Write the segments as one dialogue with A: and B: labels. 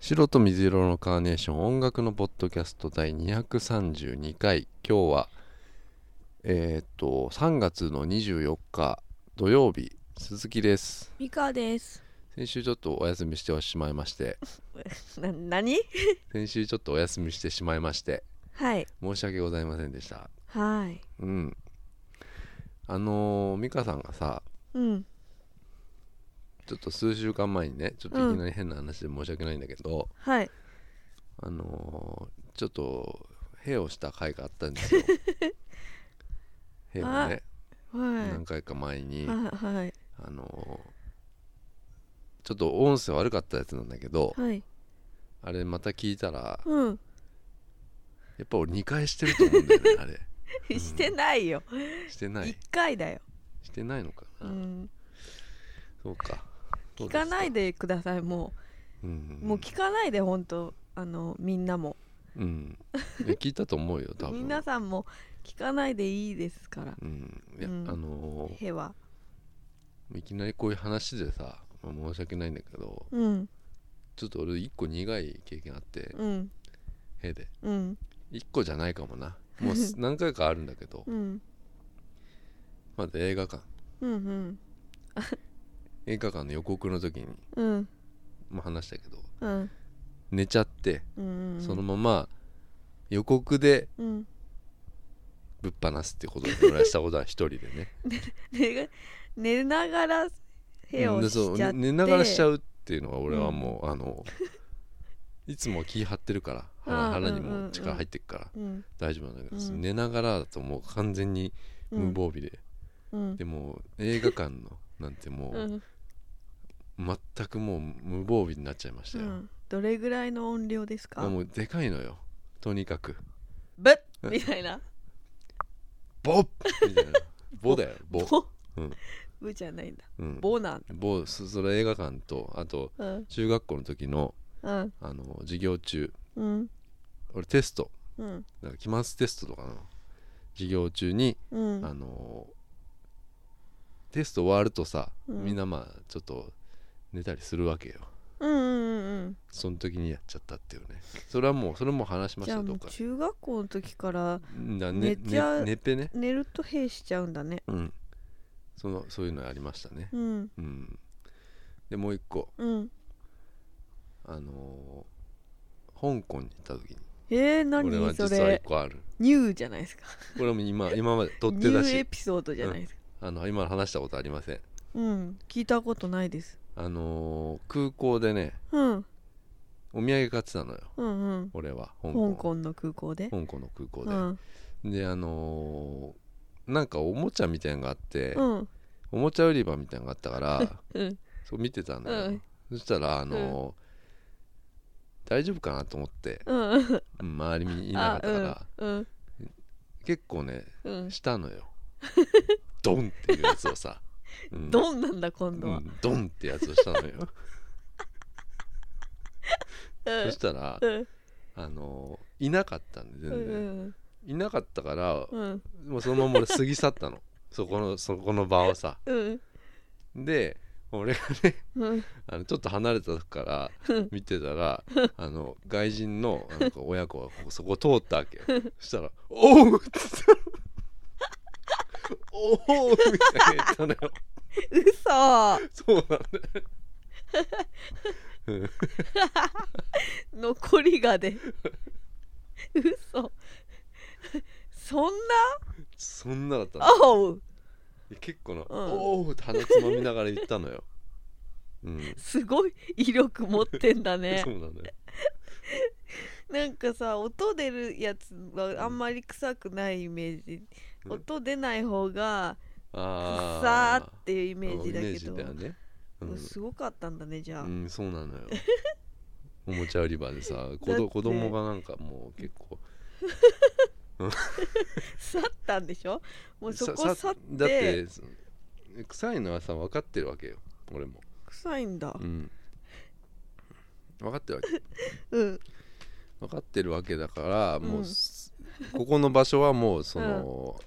A: 白と水色のカーネーション音楽のポッドキャスト第232回今日はえーっと3月の24日土曜日鈴木です
B: ミカです。
A: 先週ちょっとお休みしてしまいまして
B: な、何
A: 先週ちょっとお休みしてしまいまして
B: はい。
A: 申し訳ございませんでした
B: はい。
A: うんあのー、美香さんがさ
B: うん。
A: ちょっと数週間前にねちょっといきなり変な話で申し訳ないんだけど、
B: はい。
A: あのーちょっと兵をした回があったんです よ兵をね
B: は
A: 何回か前に
B: い。はい。はい。
A: あのーちょっと音声悪かったやつなんだけど
B: はい。
A: あれまた聞いたら
B: うん。
A: やっぱ俺2回してると思うんだよねあ れん
B: してないよ。
A: してな
B: 一
A: い
B: 回だよ。
A: してないのか
B: う
A: な、
B: ん。
A: そうか
B: 聞かない
A: で
B: でください。も
A: すうん
B: う、もう聞かないで、本当。あの、みんなも。
A: うんいや聞いたと思 うよ多分
B: 皆さんも聞かないでいいですから。
A: うんいや、
B: うん
A: あの
B: へは。
A: ーいきなりこういう話でさ、まあ申し訳ないんだけど
B: うん。
A: ちょっと俺1個苦い経験あって
B: うん。
A: 兵で
B: うん。
A: 1個じゃないかもな もうす何回かあるんだけど
B: うん。
A: まず映画館
B: うん。うん。
A: 映画館の予告の時に
B: うん。
A: も話したけど
B: うん。
A: 寝ちゃって
B: うん。
A: そのまま予告で
B: うん。
A: ぶっ放すってことを俺はしたことは一人で ね
B: 寝が寝ながら部屋を
A: で
B: しち
A: そう
B: ゃ
A: ね
B: って
A: 寝ながらしちゃ
B: う
A: うっていうのは俺はもう、あのいつもは気張ってるから腹
B: あー
A: 腹に
B: うんうんう
A: も
B: ん
A: 力入ってくから
B: ん
A: 大丈夫なんだけど、
B: うん
A: 寝ながらだともう完全に
B: うん
A: 無防備で、
B: うん
A: でもう映画館のなんても
B: う
A: うん全くもう無防備になっちゃいまし
B: う
A: たよ、
B: んどれぐらいの音量です
A: あ
B: か
A: もうでかいのよとにかく
B: ブッみたいな
A: ボッみ たいなボだよボ
B: ボ
A: うん
B: ブじゃないんだ
A: うん
B: ボなんだ
A: ボそそれ映画館とあと
B: うん
A: 中学校の時の
B: うん
A: あの授業中
B: うん
A: 俺テスト
B: うん
A: なんか期末テストとかの授業中に、
B: うん
A: あのテスト終わるとさ、
B: うん
A: みんなまあちょっと寝たりするわけよ
B: うんうん
A: その時にやっちゃったっていうねそれはもうそれも話し
B: うん
A: ま
B: じ
A: し
B: ゃ
A: た
B: あも
A: ど
B: う
A: っかで
B: 中学校の時から
A: なね
B: 寝ちゃう
A: ね寝っぺね
B: 寝ると閉しちゃうんだね
A: うんそのそういうのありましたね
B: うん
A: うん、でもう一個
B: うん
A: あのー香港に行った時に
B: えー、何
A: 俺は
B: そ
A: 実は一
B: れ
A: 個ある
B: ニューじゃないですか
A: これも 今今まで取っ
B: ニ
A: て
B: ュ
A: だ
B: ーエ
A: し
B: ピソードじゃないですか
A: あの今話したことありません
B: うん聞いたことないです
A: あのー空港でね
B: うん
A: お土産買ってたのよ
B: うんうん
A: 俺は香港
B: 香港の空港で
A: 香港の空港
B: う
A: で、
B: ん
A: であのーなんかおもちゃみたいなのがあって、
B: うん
A: おもちゃ売り場みたいなのがあったから
B: うん
A: そう見てたのよ、
B: うん
A: そしたらあのー大丈夫かなと思って、
B: うん
A: うん周りにいなかったから、
B: うん
A: 結構ね
B: うん
A: したのよドンっていうやつをさ、うん
B: ドンなんだ今度
A: う
B: は
A: んドンってやつをしたのよ
B: うん
A: そしたら
B: うん
A: あのーいなかったんで
B: う
A: 全然、
B: ん
A: いなかったから、
B: うん
A: もうそのまま俺過ぎ去ったの そこのそこの場をさ
B: うん
A: で俺がね
B: うん
A: あのちょっと離れたとこから
B: うん
A: 見てたらあの外人のなんか親子がここそこを通ったわけよ そしたら「おう!」って言ったら「 おう!」みたいに言ったのよ
B: 嘘
A: そうなんだよ
B: 残りがで嘘そん
A: そんなだった
B: な
A: の
B: おう
A: 結構な「
B: うん
A: おう!」って鼻つまみながら言ったのようん、
B: すごい威力持ってんだね
A: そうなんだよ
B: なんかさ音出るやつはあんまり臭くないイメージ
A: うん
B: 音出ない方が
A: あ
B: さ
A: ー
B: ーっていうイメージだけ
A: イメージだよ
B: ど
A: ね、うん
B: すごかったんだねじゃあ
A: うんそうなの よおもちゃ売り場でさ子
B: だっ
A: ど
B: て
A: 子供がなんかもう結構
B: 去ったんでしょもうそこ
A: さ
B: 去っ
A: だっててそ臭いのはさ分かってるわけよ俺も、
B: 臭いんだ
A: うん、分かってるわけ
B: うん
A: 分かってるわけだからもう、
B: うん
A: すここの場所はもうその、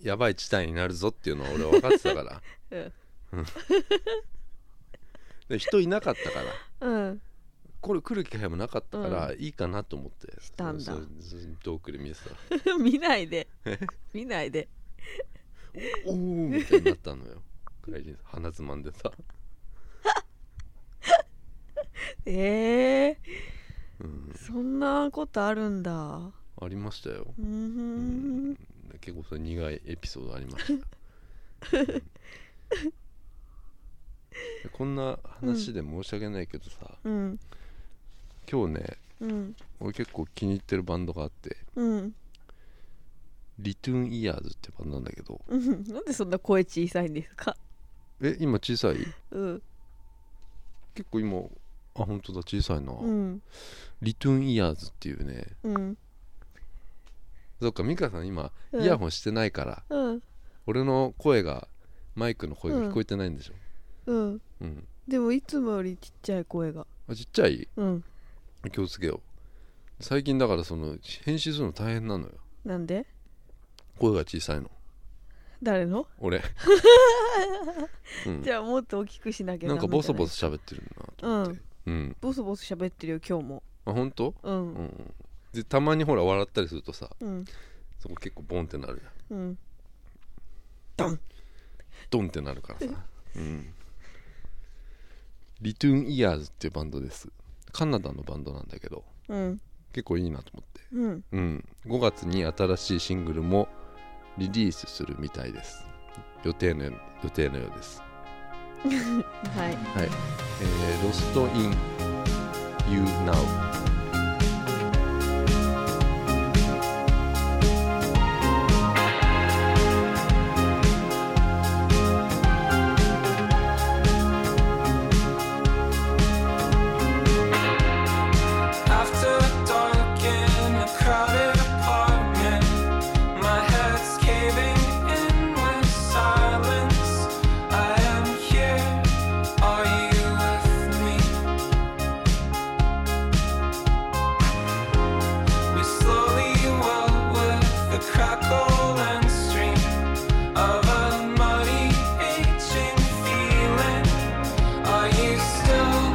A: やばい地帯になるぞっていうのは俺は分かってたから
B: うん
A: で人いなかったから
B: うん
A: これ来る機会もなかったから、いいかなと思って
B: したんだ
A: そうそうずっと奥で見てた
B: 見ないで 見ないで
A: おおみたいになった のよ帰り鼻つまんでさ、
B: ええ
A: うん
B: ー、、そんなことあるんだ
A: ありましたよ、
B: うーんん
A: 結構それ苦いエピソードありました、 うんでこんな話で申し訳ないけどさ、
B: うん
A: 今日ね
B: うん
A: 俺結構気に入ってるバンドがあって
B: うん
A: リトゥーンイヤーズってバンドなんだけど
B: うんなんでそんな声小さいんですか
A: え今小さい
B: うん
A: 結構今あ本当だ小さいな、
B: うん
A: リトゥーンイヤーズっていうね
B: うん
A: そっか美香さん今
B: うん
A: イヤホンしてないから、
B: うん
A: 俺の声がマイクの声が聞こえてないんでしょ
B: うん
A: うん、
B: でもいつもよりちっちゃい声が
A: あちっちゃい
B: うん
A: 気をつけよう最近だからその編集するの大変なのよ
B: なんで
A: 声が小さいの
B: 誰の
A: 俺、うん、
B: じゃあもっと大きくしなきゃ
A: なんかボソボ
B: ソ
A: ソ喋ってるなと思ってうん、
B: ボソボソ喋ってるよ今日も
A: あ本当
B: う
A: うん
B: ん
A: うんでたまにほら笑ったりするとさ
B: うん
A: そこ結構ボンってなるじゃん
B: うん
A: ドンってなるからさ、うん、リトゥーンイヤーズっていうバンドですカナダのバンドなんだけど
B: うん
A: 結構いいなと思って
B: うん
A: うん、5月に新しいシングルもリリースするみたいです予定のよ予定のようです、
B: はい
A: えー、ロスト・イン・ユー・ナウ
C: After dark in a crowded apartment, my head's caving in with silence. I am here. Are you with me? We slowly well with the crackle and stream of a muddy, aging feeling. Are you still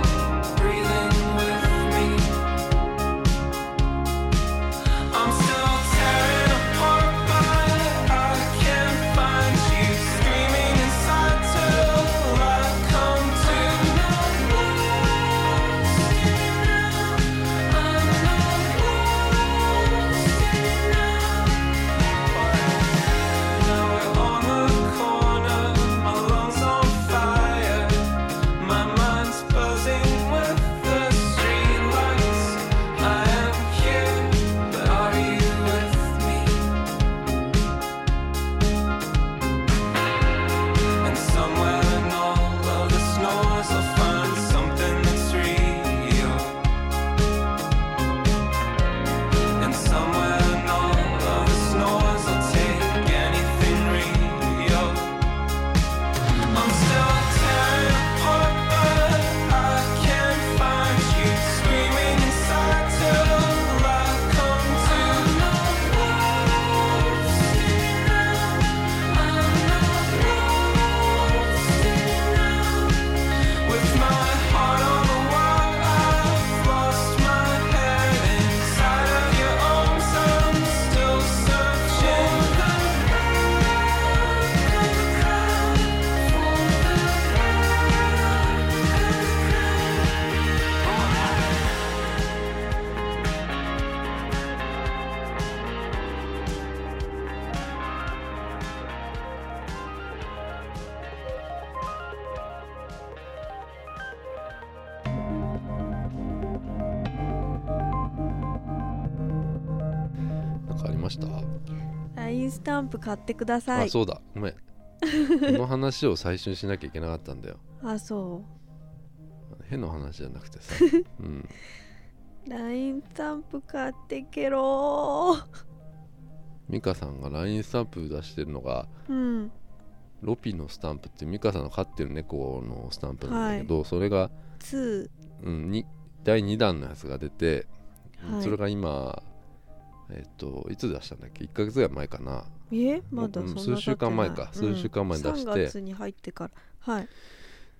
C: breathing with me? I'm still tearing apart by I can't find you screaming inside till I come to Now we're on the corner, my lungs on fire, my mind's buzzing with the streetlights. I am here. But are you with me? And somewhere in all of the snores, I'll find something that's real. And somewhere in all of the snores, I'll take anything real. I'm still tearing apart, but I can't find you. Screaming inside till I come to. With my heart on the wall, I've lost my head inside of your arms. I'm still searching.
A: n なんかありました、
B: LINE スタンプ買ってください
A: あそうだごめんこの話を最初にしなきゃいけなかったんだよ
B: あそ
A: 変な話じゃなくてさ、うん、
B: う LINE スタンプ買ってけろー
A: 美香さんが LINE スタンプ出してるのが
B: うん
A: ロピのスタンプって美香さんの飼ってる猫のスタンプなんだけど、それが、
B: 2
A: うん、に第2弾のやつが出て
B: はい
A: それが今えっ、といつ出したんだっけ1ヶ月ぐらい前かな
B: えまだそんな経ってな
A: 数
B: い
A: 週間前か数週間前に出して
B: うん、3月に入ってからはい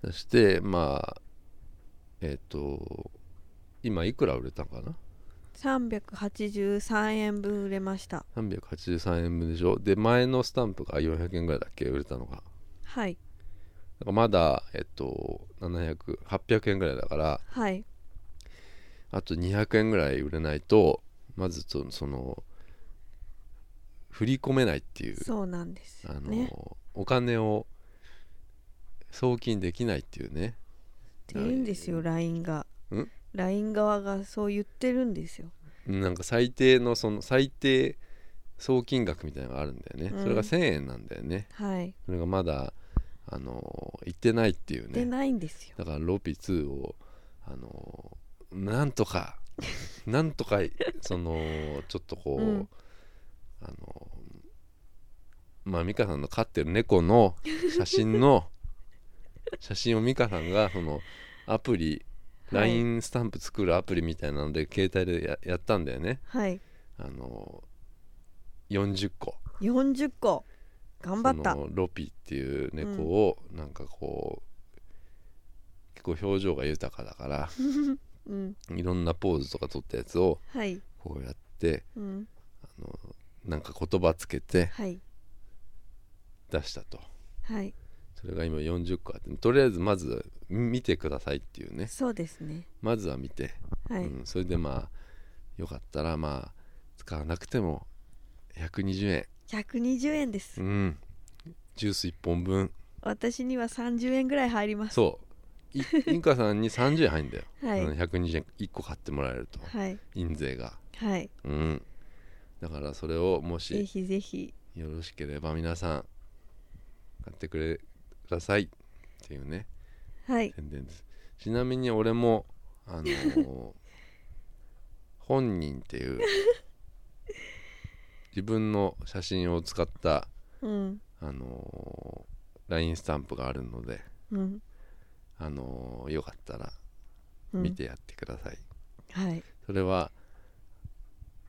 A: 出してまあえっ、と今いくら売れたんかな
B: 383円分売れました
A: 383円分でしょで前のスタンプが400円ぐらいだっけ売れたのがだか
B: はい
A: らまだえっと700800円ぐらいだから
B: はい
A: あと200円ぐらい売れないとまずそのその振り込めないっていう
B: そうなんです
A: あ
B: よ
A: の、
B: ね
A: お金を送金できないっていうね
B: って言うんですよ LINE が
A: ん
B: LINE 側がそう言ってるんですよ
A: なんか最低のその最低送金額みたいなのがあるんだよね、
B: うん
A: それが1000円なんだよね
B: はい
A: それがまだあの行ってないっていうね
B: でないんですよ
A: だからロピ2をあのなんとかなんとかそのちょっとこう、
B: うん
A: あのまあ美香さんの飼ってる猫の写真 の写真を美香さんがそのアプリ
B: はい
A: LINE スタンプ作るアプリみたいなので携帯でややったんだよね
B: はい
A: あの40個
B: 40個頑張った
A: そのロピっていう猫をなんかこう、結構表情が豊かだから
B: うん
A: いろんなポーズとか撮ったやつを
B: はい
A: こうやって
B: うん
A: あのなんか言葉つけて
B: はい
A: 出したと
B: はい
A: それが今40個あってとりあえずまず見てくださいっていうね
B: そうですね
A: まずは見て、
B: はい、
A: うん、それでまあよかったらまあ使わなくても120円
B: 120円です、
A: うんジュース1本分
B: 私には30円ぐらい入ります
A: そういインカさんに30円入るんだよ、
B: はい
A: あの120円1個買ってもらえると、
B: はい
A: 印税が
B: はい
A: うんだからそれをも
B: ぜ
A: し
B: ひぜひ
A: よろしければ皆さん買ってくれくださいっていうね
B: はい
A: 宣伝ですちなみに俺もあのー本人っていう自分の写真を使った
B: うん
A: あのー LINE スタンプがあるので
B: うん、
A: あのーよかったら
B: うん、
A: 見てやってください、
B: はい
A: それは、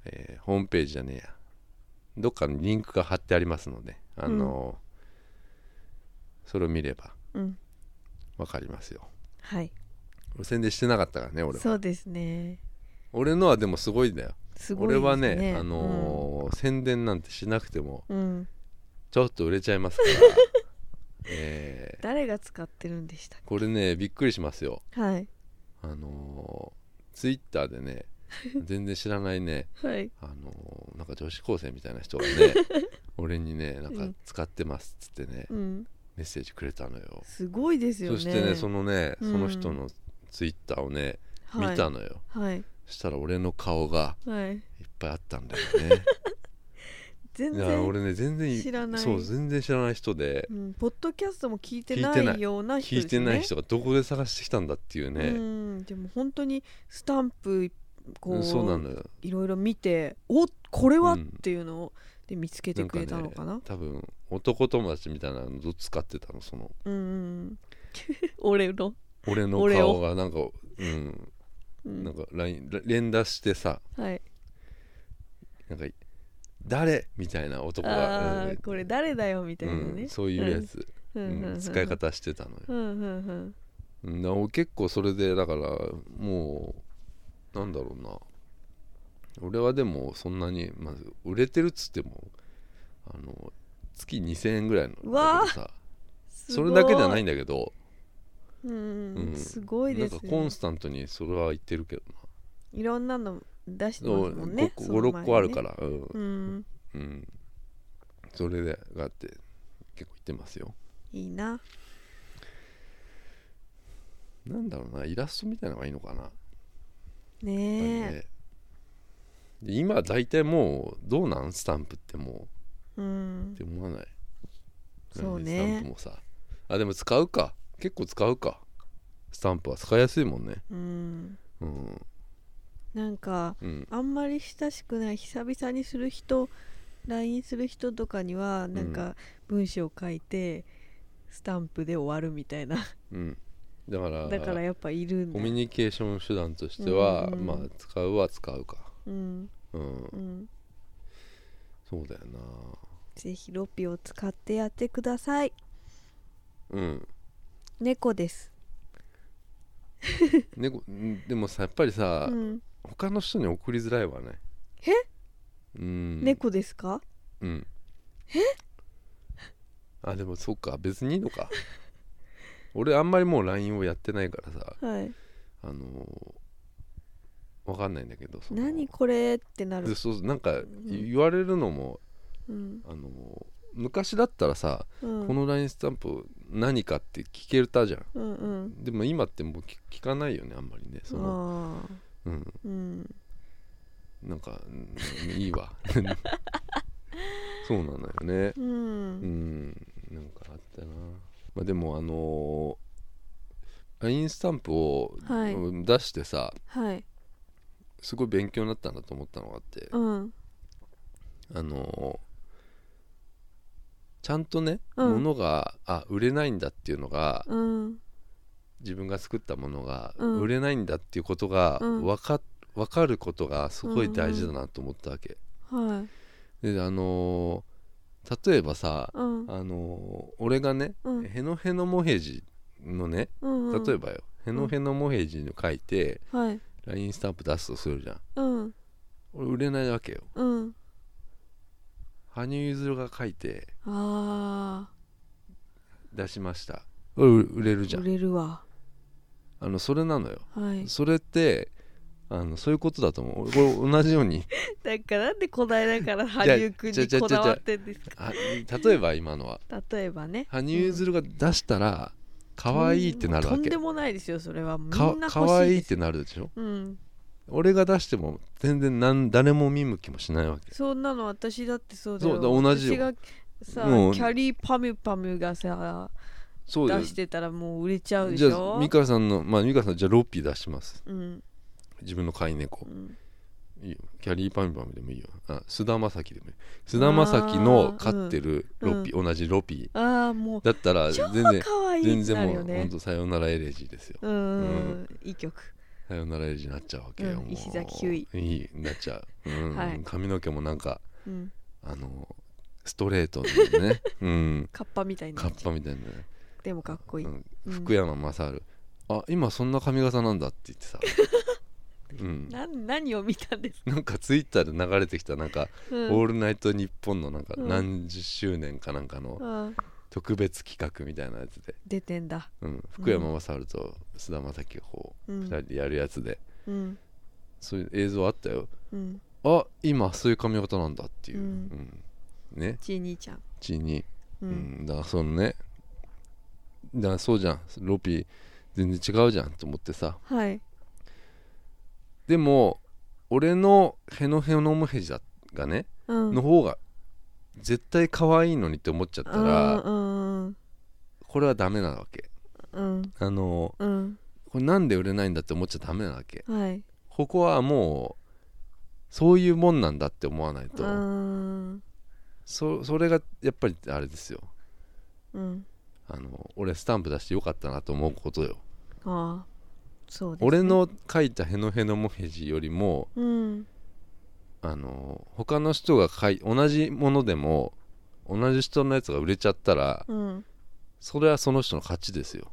A: えーホームページじゃねえやどっかにリンクが貼ってありますのであのーそれを見れば
B: うん
A: わかりますよ
B: はい
A: 俺宣伝してなかったからね俺は
B: そうですね
A: 俺のはでもすごいんだよ
B: すごいです
A: 俺
B: ね
A: はね、あのー宣伝なんてしなくても
B: うん、うん
A: ちょっと売れちゃいます からえー
B: 誰が使ってるんでしたっ
A: これねびっくりしますよ
B: けはい
A: あのツイッター Twitter で ね全然知らないね
B: はい
A: あのーなんか女子高生みたいな人が ね俺にねなん
B: う
A: か
B: ん
A: 使ってますっつってね、
B: うん
A: メッセージくれたのよ
B: すごいですよね
A: そしてねそのね、
B: うん
A: その人のツイッターをね、
B: はい、
A: 見たのよ
B: はい
A: そしたら俺の顔が
B: はい
A: いっぱいあったんだよね
B: 全
A: いや
B: 然
A: 俺ね全然
B: 知らない
A: そう全然知らない人で
B: うん、ポッドキャストも聞いて
A: 聞いて
B: な
A: ない
B: いような人
A: 聞
B: です、
A: い
B: ね、
A: てない人がどこで探してきたんだっていう
B: う
A: ね、
B: んでも本当にスタンプこう
A: そうなのよ
B: いろいろ見ておこれは
A: う
B: っ
A: ん
B: ていうのをで見つけてくれたのかな
A: ね、多分男友達みたいなのずっと使ってたのその
B: うんうんうん 俺の、
A: 俺の
B: 俺を
A: 顔がなんかうん
B: う
A: なん
B: ん、
A: かライン連打してさ
B: はい
A: なんか誰みたいな男が
B: あ
A: なん
B: ー
A: か
B: これ誰だよみたいなね、
A: うん、そういうやつ、
B: うん、うん
A: う
B: うんんうん
A: 使い方してたのよ
B: うんうんうん
A: うんなお結構それでだからもうなんだろうな俺はでもそんなにまず売れてるっつってもあの月2000円ぐらいの
B: うわー
A: だけどさ
B: す
A: そ
B: ご
A: れだけじゃないいんだけど
B: うん、う、
A: うんん
B: すごいで
A: なん
B: す
A: か
B: ね
A: コンスタントにそれは言ってるけどない
B: ろんなの出してますもんねその前にね
A: 56個あるから、うん
B: うん
A: うん、それでがあって結構言ってますよ
B: いいな
A: なんだろうなイラストみたいなのがいいのかな、やっぱり
B: ねえ
A: ねで今大体もうどうなんスタンプっても
B: うん
A: うって思わない
B: そ
A: スタ
B: う
A: ンプ
B: ね
A: もさあでも使うか結構使うかスタンプは使いやすいもんね
B: うん
A: うん
B: なんか
A: うん
B: あんまり親しくない久々にする人 LINE する人とかにはなんか文章書いてスタンプで終わるみたいな
A: うんだから
B: だからやっぱいるん
A: コ
B: だ
A: ミュニケーション手段としては、
B: うんうん
A: まあ使うは使うか
B: うん
A: うん
B: うん
A: そうだよな
B: ぜひロピを使ってやってください
A: うん
B: 猫です
A: 猫んでもさやっぱりさ、
B: うん、
A: 他の人に送りづらいわね
B: え
A: うん
B: 猫ですか
A: うんえ あでもそっか別にいいのか俺あんまりもう LINE をやってないからさ
B: はい
A: あのーわかんないんだけどその
B: 何これってな
A: で
B: る、
A: そうなんか
B: ん
A: 言われるのも、
B: うん
A: あのー昔だったらさ、
B: うん、
A: この LINE スタンプ何かって聞けたじゃん
B: うんうん
A: でも今ってもう聞聞かないよねあんまりねその、
B: ああ
A: うん、
B: うん
A: なんか、うんいいわ そうなのよね
B: う
A: うんんなんかあったな、まあ、でもあのー、LINE スタンプを
B: はい
A: 出してさ、
B: はい
A: すごい勉強になったんだと思ったのがあって
B: うん
A: あのーちゃんとね、
B: うん
A: 物があ売れないんだっていうのが
B: うん
A: 自分が作ったものが
B: うん
A: 売れないんだっていうことが
B: うん
A: 分か,、分かることがすごい大事だなと思ったわけ、
B: はい
A: であのー例えばさ、
B: うん
A: あのー俺がね、
B: うん
A: へのへのもへじのね
B: うんうん
A: 例えばよ、へのへのもへじに書いて
B: はい
A: LINE スタンプ出すとするじゃん
B: うん
A: 俺売れないわけよ
B: うん
A: 羽生結弦が書いて
B: あ
A: 出しました俺売れるじ
B: あ
A: ゃ
B: 売
A: ん
B: れるわ
A: あのそれなのよ
B: はい
A: それってあのそういうことだと思うこれ同じように
B: だから なんでこないだから
A: じゃ
B: 羽生くん
A: じゃ
B: に
A: じゃ
B: こだわってんですか
A: あ例えば今のは
B: 例えばね
A: 羽生結弦が出したら可愛いってなるわ
B: とん
A: け
B: でもないですよそれはみんな
A: か
B: 欲しいです
A: 可愛いってなるでしょ
B: うん
A: 俺が出しても全然なん誰も見向きもしないわけ
B: そんなの私だってそうだよ
A: そうだ同じよ
B: 私がさ
A: もう
B: キャリーパミュパミュがさ
A: そうだよ
B: 出してたらもう売れちゃうで
A: じ
B: し
A: ゃ
B: ょ
A: あ美香さんのまあ美香さんじゃあロッピー出します
B: うん
A: 自分の飼い猫
B: うん
A: いいよキャリーパンパンでもいいよあ菅田将暉でもいい菅田将暉の飼ってるロッピー、同じロピ
B: ああもう
A: ーだったら
B: 超
A: 全然
B: 可愛い
A: 全
B: って
A: 然
B: なる
A: も
B: よ
A: う、ほん
B: ね
A: とさよならエレジーですよ
B: うんうんうんいい曲
A: さよならエレジーになっちゃうわけよ、
B: うん
A: もう
B: 石崎ひゅー
A: いいなっちゃう、うん
B: はい
A: 髪の毛もなんか
B: うん
A: あのストレートで ね、うん、
B: カッパみたいに
A: カ
B: なっ
A: ッ
B: ちゃ
A: パ
B: う
A: みたいなね
B: でもかっこいい
A: うん
B: うん
A: 福山雅治、あ今そんな髪型なんだって言 ってさ、うん、
B: な何を見たんですか
A: なんかツイッターで流れてきたなんか、
B: うん
A: オールナイトニッポン」のなんか
B: うん
A: 何十周年かなんかの
B: うん
A: 特別企画みたいなやつで、
B: 出てんだ
A: うん、福山雅治と菅田将暉がこう
B: うん
A: 2人でやるやつで、
B: うん
A: そういう映像あったよ
B: うん
A: あ今そういう髪型なんだっていう、う
B: うん
A: ね
B: ちい兄ちゃん
A: ちに、
B: う
A: うんん、だからそのねだからそうじゃんロピー全然違うじゃんと思ってさ
B: はい
A: でも俺のヘノヘノムヘジだがね、
B: うん
A: の方が絶対可愛いのにって思っちゃったら、
B: うん
A: これはダメなわけ
B: うん
A: あの
B: うん
A: これなんで売れないんだって思っちゃダメなわけ
B: うんはい
A: ここはもうそういうもんなんだって思わないと、
B: うん
A: そそれがやっぱりあれですよ
B: うん
A: あの俺スタンプ出してよかったなと思うことよ、
B: ああそうですね
A: 俺の書いたヘノヘノモヘジよりも
B: うん
A: あの他の人が書い同じものでも同じ人のやつが売れちゃったら
B: うん
A: それはその人の勝ちですよ、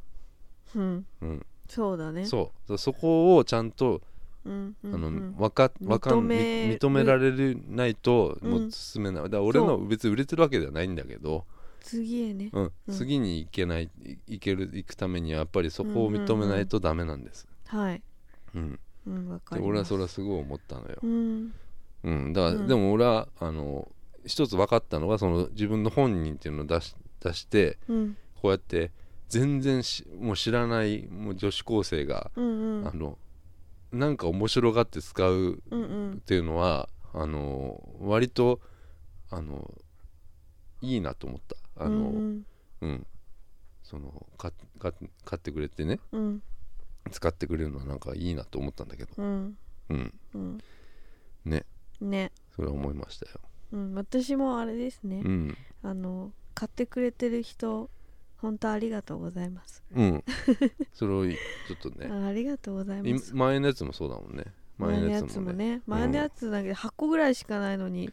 B: うん
A: うん、
B: そうだね
A: そうそこをちゃんと
B: うんうん
A: あ
B: う
A: の
B: ん
A: わかわかん
B: 認め
A: み
B: る
A: 認められるないと
B: うん
A: もう進めない、だから俺の別に売れてるわけではないんだけど、
B: 次へね
A: うん
B: うん
A: 次に行けないい行ける行くためにはやっぱりそこを認めないとダメなんです、
B: はい
A: うん
B: うんわか
A: で
B: ります
A: 俺はそれはすごい思ったのよ
B: う、ん
A: うん、だから、
B: うん
A: でも俺はあの一つ分かったのがその自分の本人っていうのを出し出して
B: うん
A: こうやって全然しもう知らないもう女子高生が、
B: うんう
A: あ
B: ん
A: のなんか面白がって使う
B: うんう
A: っ
B: ん
A: ていうのはあの割とあのいいなと思ったあの、
B: う
A: うん
B: ん
A: そのかか買ってくれてね
B: うん
A: 使ってくれるのはなんかいいなと思ったんだけど、
B: うん
A: うん、
B: うん
A: ね
B: ね
A: それは思いましたよ、
B: うん私もあれですね
A: うん
B: あの買ってくれてる人本当ありがとうございます、
A: うん、それをいちょっとね
B: あありがとうござい
A: い
B: ます
A: 前のやつもそうだもんね
B: 前のやつもね前のやつだけど8個ぐらいしかないのに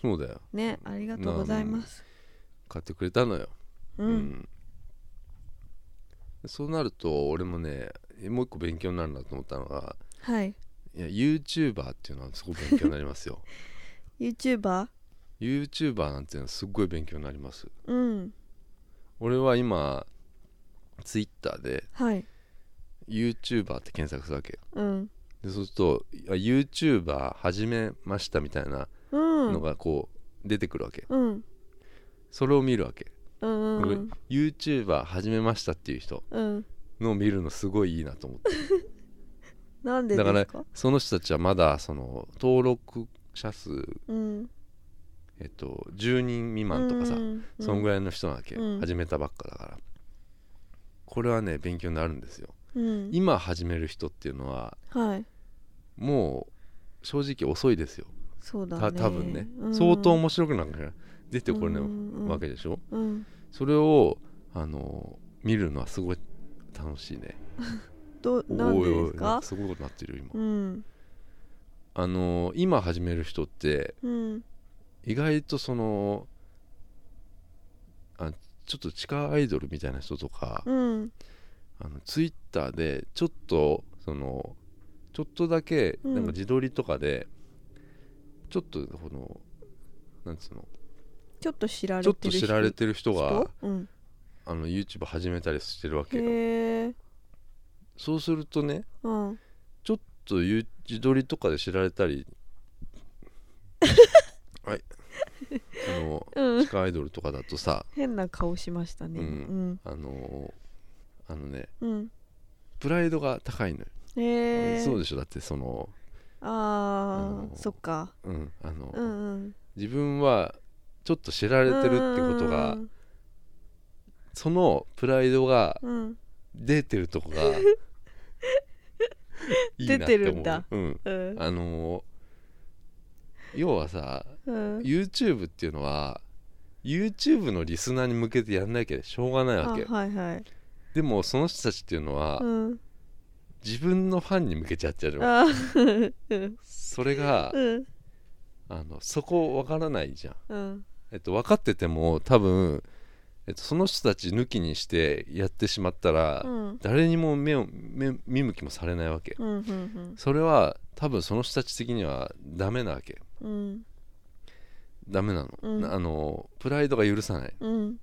A: そうだよ
B: ねありがとうございます
A: 買ってくれたのよ、
B: うん
A: そうなると俺もねもう一個勉強になるなと思ったのが
B: はい
A: いや YouTuber っていうのはすごい勉強になり ますよ
B: YouTuber?
A: YouTuber なんていうのはすっごい勉強になります
B: うん
A: 俺は今 Twitter で
B: はい
A: YouTuber って検索するわけ
B: うん
A: でそうするといや YouTuber 始めましたみたいな
B: うん
A: のがこう出てくるわけ、
B: うん
A: それを見るわけ、
B: うんう
A: 俺
B: ん
A: YouTuber 始めましたっていう人
B: うん
A: のを見るのすごいいいなと思って
B: なんでで
A: だから
B: すか
A: その人たちはまだその登録者数、
B: うん
A: えっと、10人未満とかさ、
B: うん
A: そんぐらいの人なわけ、
B: うん
A: 始めたばっかだからこれはね勉強になるんですよ
B: うん
A: 今始める人っていうのは
B: はい
A: もう正直遅いですよ
B: そうだ
A: た
B: ね
A: 多分ね、
B: うん
A: 相当面白くなくな出てこれの、
B: うんうん
A: わけでしょ
B: うん
A: それをあの見るのはすごい楽しいね
B: どなんでです
A: なん
B: か
A: かすごいことなってるよ今、
B: うん
A: あの今始める人って
B: うん
A: 意外とそのあちょっと地下アイドルみたいな人とか、
B: うん
A: あのツイッターでちょっとそのちょっとだけ
B: うん
A: なんか自撮りとかで、ちょっとこのなんつうの
B: ちょっと知られ
A: ち
B: て
A: ょ
B: る
A: っと知られてる人が
B: 人うん
A: あの YouTube 始めたりしてるわけよ
B: へえ
A: そうするとね
B: うん
A: ちょっとゆ自撮りとかで知られた りはいあの
B: うん
A: 地下アイドルとかだとさ
B: 変な顔しましたね
A: う
B: うん
A: あのあのね
B: うん
A: プライドが高いのよ、
B: へえ
A: そうでしょだってその
B: あ
A: あの
B: あそっか
A: うんあの、
B: うんうん
A: 自分はちょっと知られてるってことが
B: うん
A: そのプライドが
B: うん
A: 出てるとこ がいいなって思う
B: 出てるんだ
A: うん、
B: うん
A: あの要はさ
B: うん
A: YouTube っていうのは YouTube のリスナーに向けてやんなきゃしょうがない
B: あ
A: わけ
B: はいはい
A: でもその人たちっていうのは、
B: うん
A: 自分のファンに向けちゃってる
B: あーうん
A: それが、
B: うん
A: あのそこ分からないじゃん、
B: うん
A: えっと、分かってても多分、えっと、その人たち抜きにしてやってしまったら、
B: うん
A: 誰にも目を目見向きもされないわけ、
B: うんうん
A: それは多分その人たち的にはダメなわけ
B: うん
A: ダメなの,、
B: うん
A: あのプライドが許さない
B: うん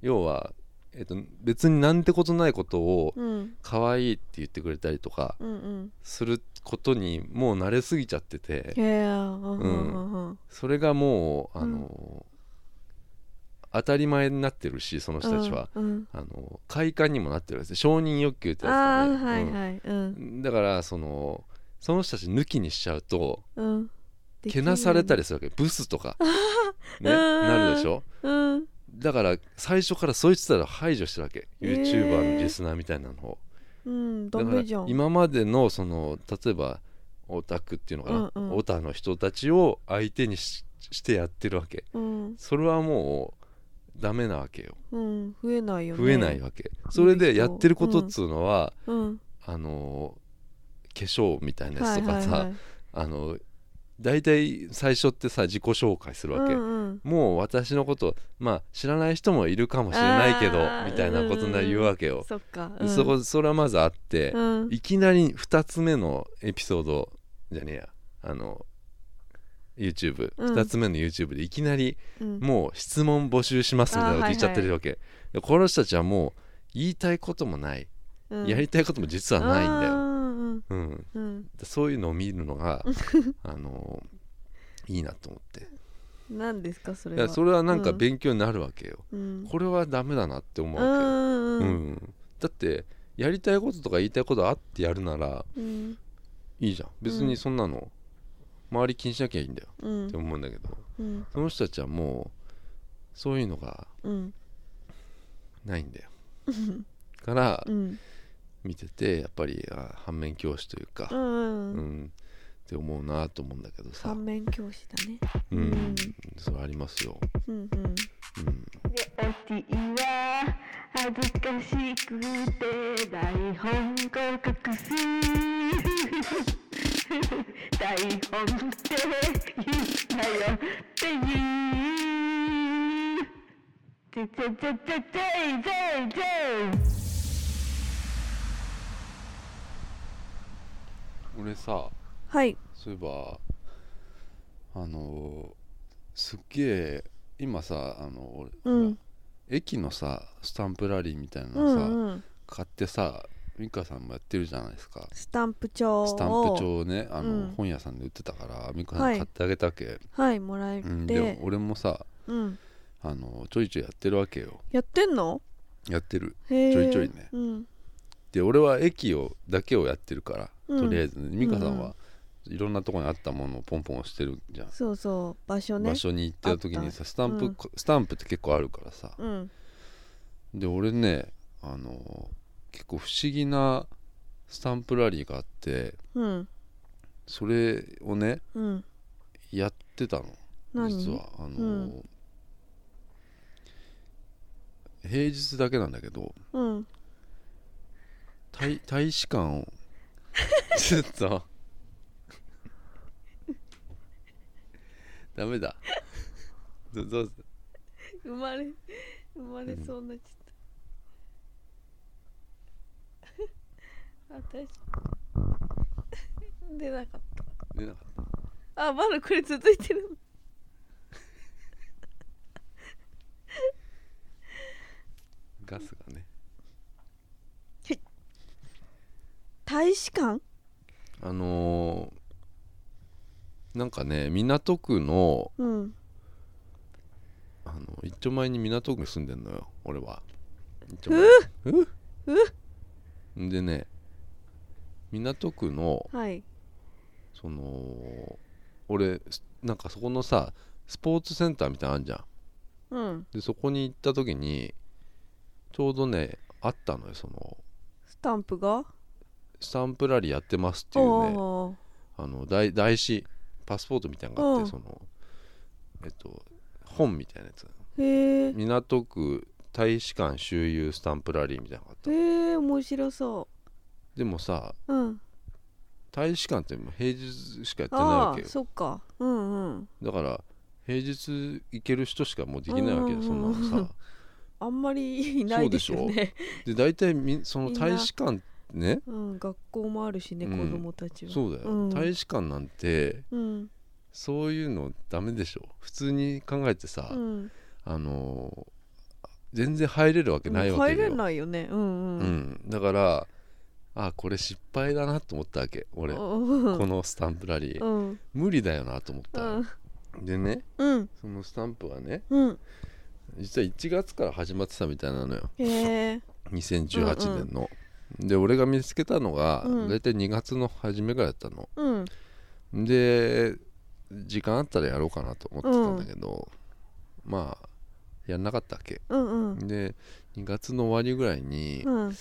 A: 要は、えっと、別になんてことないことを
B: うん
A: 可愛いって言ってくれたりとか
B: うんうん
A: することにもう慣れすぎちゃってて
B: へえうんうんうんうん
A: それがもうあの、当たり前になってるしその人たちは、
B: うん
A: あの快感にもなってるんです承認欲求ってやつだ
B: あ
A: ね
B: あはい
A: うん
B: はいうん
A: だからそのその人たち抜きにしちゃうと
B: うん
A: けなされた
B: り
A: りするわけブスと か、ね、
B: うん
A: なるでしょ
B: うん
A: だから最初からそいつらを排除してるわけ YouTuber のリスナーみたいなのを、
B: うんダ
A: だから
B: メじゃん
A: 今までのその例えばオタクっていうのかな、
B: うんうん
A: オタの人たちを相手にししてやってるわけ
B: うん
A: それはもうダメなわけよ
B: うん増えないよね
A: 増えないわけ、それでやってることっつうのは、
B: うん
A: あの化粧みたいなや
B: は
A: つ
B: い
A: とか
B: はい
A: さ、
B: はい
A: あの大体最初ってさ自己紹介するわけ、
B: うんうん
A: もう私のことまあ知らない人もいるかもしれないけど
B: あー
A: みたいなことになる言うわけよ、
B: そっか
A: でそこそれはまずあって、
B: うん
A: いきなり2つ目のエピソードじゃねえやあの YouTube2、
B: うん
A: 二つ目の YouTube でいきなり
B: うん
A: もう質問募集しますみたいなこと言っちゃってるわけ、でこの人たちはもう言いたいこともない、
B: うん
A: やりたいことも実はないんだ
B: う
A: よ、
B: ん
A: うん、
B: うんうん
A: そういうのを見るの があのいいなと思って
B: うん何ですかそ
A: い
B: れ
A: や
B: は
A: それはなんか
B: うん
A: 勉強になるわけよ、
B: うん
A: これはダメだなって思う
B: う
A: わ
B: ん
A: け
B: う
A: よ、
B: ん
A: うんだってやりたいこととか言いたいことあってやるなら
B: うん
A: いいじゃん別にそんなの周り気にしなきゃいいんだよ
B: うん
A: って思うんだけど
B: うん
A: その人たちはもうそういうのが
B: うん
A: ないんだよ から
B: うん
A: 見ててやっぱりあ反面教師という
B: う
A: かうん
B: うん
A: んって思うなと思うんだけどさ
B: 反面教師だね
A: う
B: うん
A: んそれありますよ
B: うんうん
A: うん
D: 私は恥ずかしくて台本を隠す台本って言うんだよっていうちょちょちょちょちょいちょいちょい
A: 俺さ
B: はい
A: そういえばあのすっげえ今さあの俺、
B: うん
A: 駅のさスタンプラリーみたいな
B: う
A: のさ、
B: んうん
A: 買ってさ美香さんもやってるじゃないですか
B: スタンプ帳を
A: スタンプ帳をねあの、
B: うん
A: 本屋さんで売ってたから美香さ
B: は
A: ん
B: い
A: 買ってあげたけ、
B: はいもらえ
A: うん、
B: て
A: でも俺もさ
B: うん
A: あのちょいちょいやってるわけよ
B: やってんの
A: やってる
B: へえ
A: ちょいちょいね
B: うん
A: で俺は駅をだけをやってるから、
B: うん
A: とりあえずね美香さん
B: うん
A: は、いろんなとこにあったものをポンポン押してるじゃん、
B: そうそう場所ね
A: 場所に行ってた時に
B: あ
A: さスタンプ、
B: うん
A: スタンプって結構あるからさ、
B: うん
A: で俺ねあの結構不思議なスタンプラリーがあって
B: うん
A: それをね
B: うん
A: やってたの
B: 何
A: 実はあの、
B: うん
A: 平日だけなんだけど
B: うん
A: 大 大使館をちょっとダメだどどうぞ
B: 生まれ生まれそうになっちゃったあ私出なかっ
A: 出なかった
B: あまだこれ続いてる
A: たガスがね
B: 大使館
A: あのーなんかね港区の
B: うん
A: あの一丁前に港区に住んでんのよ俺は一丁前ううでね港区の
B: はい
A: その俺すなんかそこのさスポーツセンターみたいなのあんじゃん
B: うん
A: でそこに行った時にちょうどねあったのよその
B: スタンプが
A: スタンプラリーやってますっていうね
B: おー
A: あの台台紙パスポートみたいなのがあ
B: う
A: っ
B: ん
A: てそのえっと本みたいなやつ
B: へえ
A: 港区大使館周遊スタンプラリーみたいなのがあった
B: へえ面白そ
A: でもさ
B: ううん
A: 大使館ってもう平日しかやってない
B: あ
A: わ
B: あ
A: けよ
B: そっかうんうん
A: だから平日行ける人しかもうできないわけよそんな
B: うんうんうん
A: のさ
B: あんまりいないですよ
A: そう
B: ね
A: で大体みその
B: みんな
A: 大使館ね
B: うん学校もあるしね、
A: うん
B: 子供たちは
A: そうだよ、
B: ん、
A: 大使館なんて
B: うん
A: そういうのダメでしょ普通に考えてさ、
B: うん
A: あのー全然入れるわけないわけ
B: 入
A: よ
B: れないよねうん
A: う
B: うん
A: ん、だからあこれ失敗だなと思ったわけ俺こ
B: うん
A: のスタンプラリー、
B: うん
A: 無理だよなと思った
B: う
A: の、
B: ん
A: でね
B: うん
A: そのスタンプはね
B: うん
A: 実は1月から始まってたみたいなのよ
B: へえ
A: 2018年の、で俺が見つけたのが、
B: うん
A: 大体2月の初めぐらいだったの
B: うん
A: で時間あったらやろうかなと思ってたんだけど、まあやんなかったわけ
B: うんうん
A: で2月の終わりぐらいに
B: うん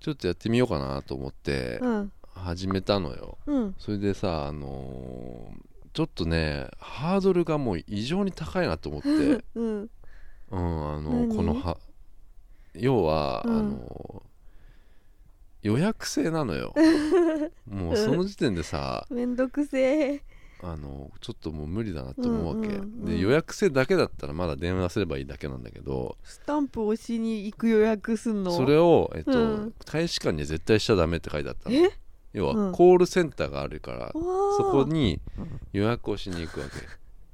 A: ちょっとやってみようかなと思って
B: うん
A: 始めたのよ
B: うん
A: それでさあのーちょっとねハードルがもう異常に高いなと思って、 うん、
B: うん
A: あの
B: 何
A: このは要は、
B: うん
A: あのー予約制な のよもうその時点でさ、
B: めんどくせえ
A: あのちょっともう無理だなって思うわけ、
B: うんうんうん
A: で予約制だけだったらまだ電話すればいいだけなんだけど
B: スタンプ押しに行く予約すんの
A: それを、えっと
B: うん
A: 大使館には絶対しちゃダメって書いてあったの
B: え
A: 要
B: う
A: は
B: ん
A: コールセンターがあるから、
B: そ
A: そこに予約をしに行くわけ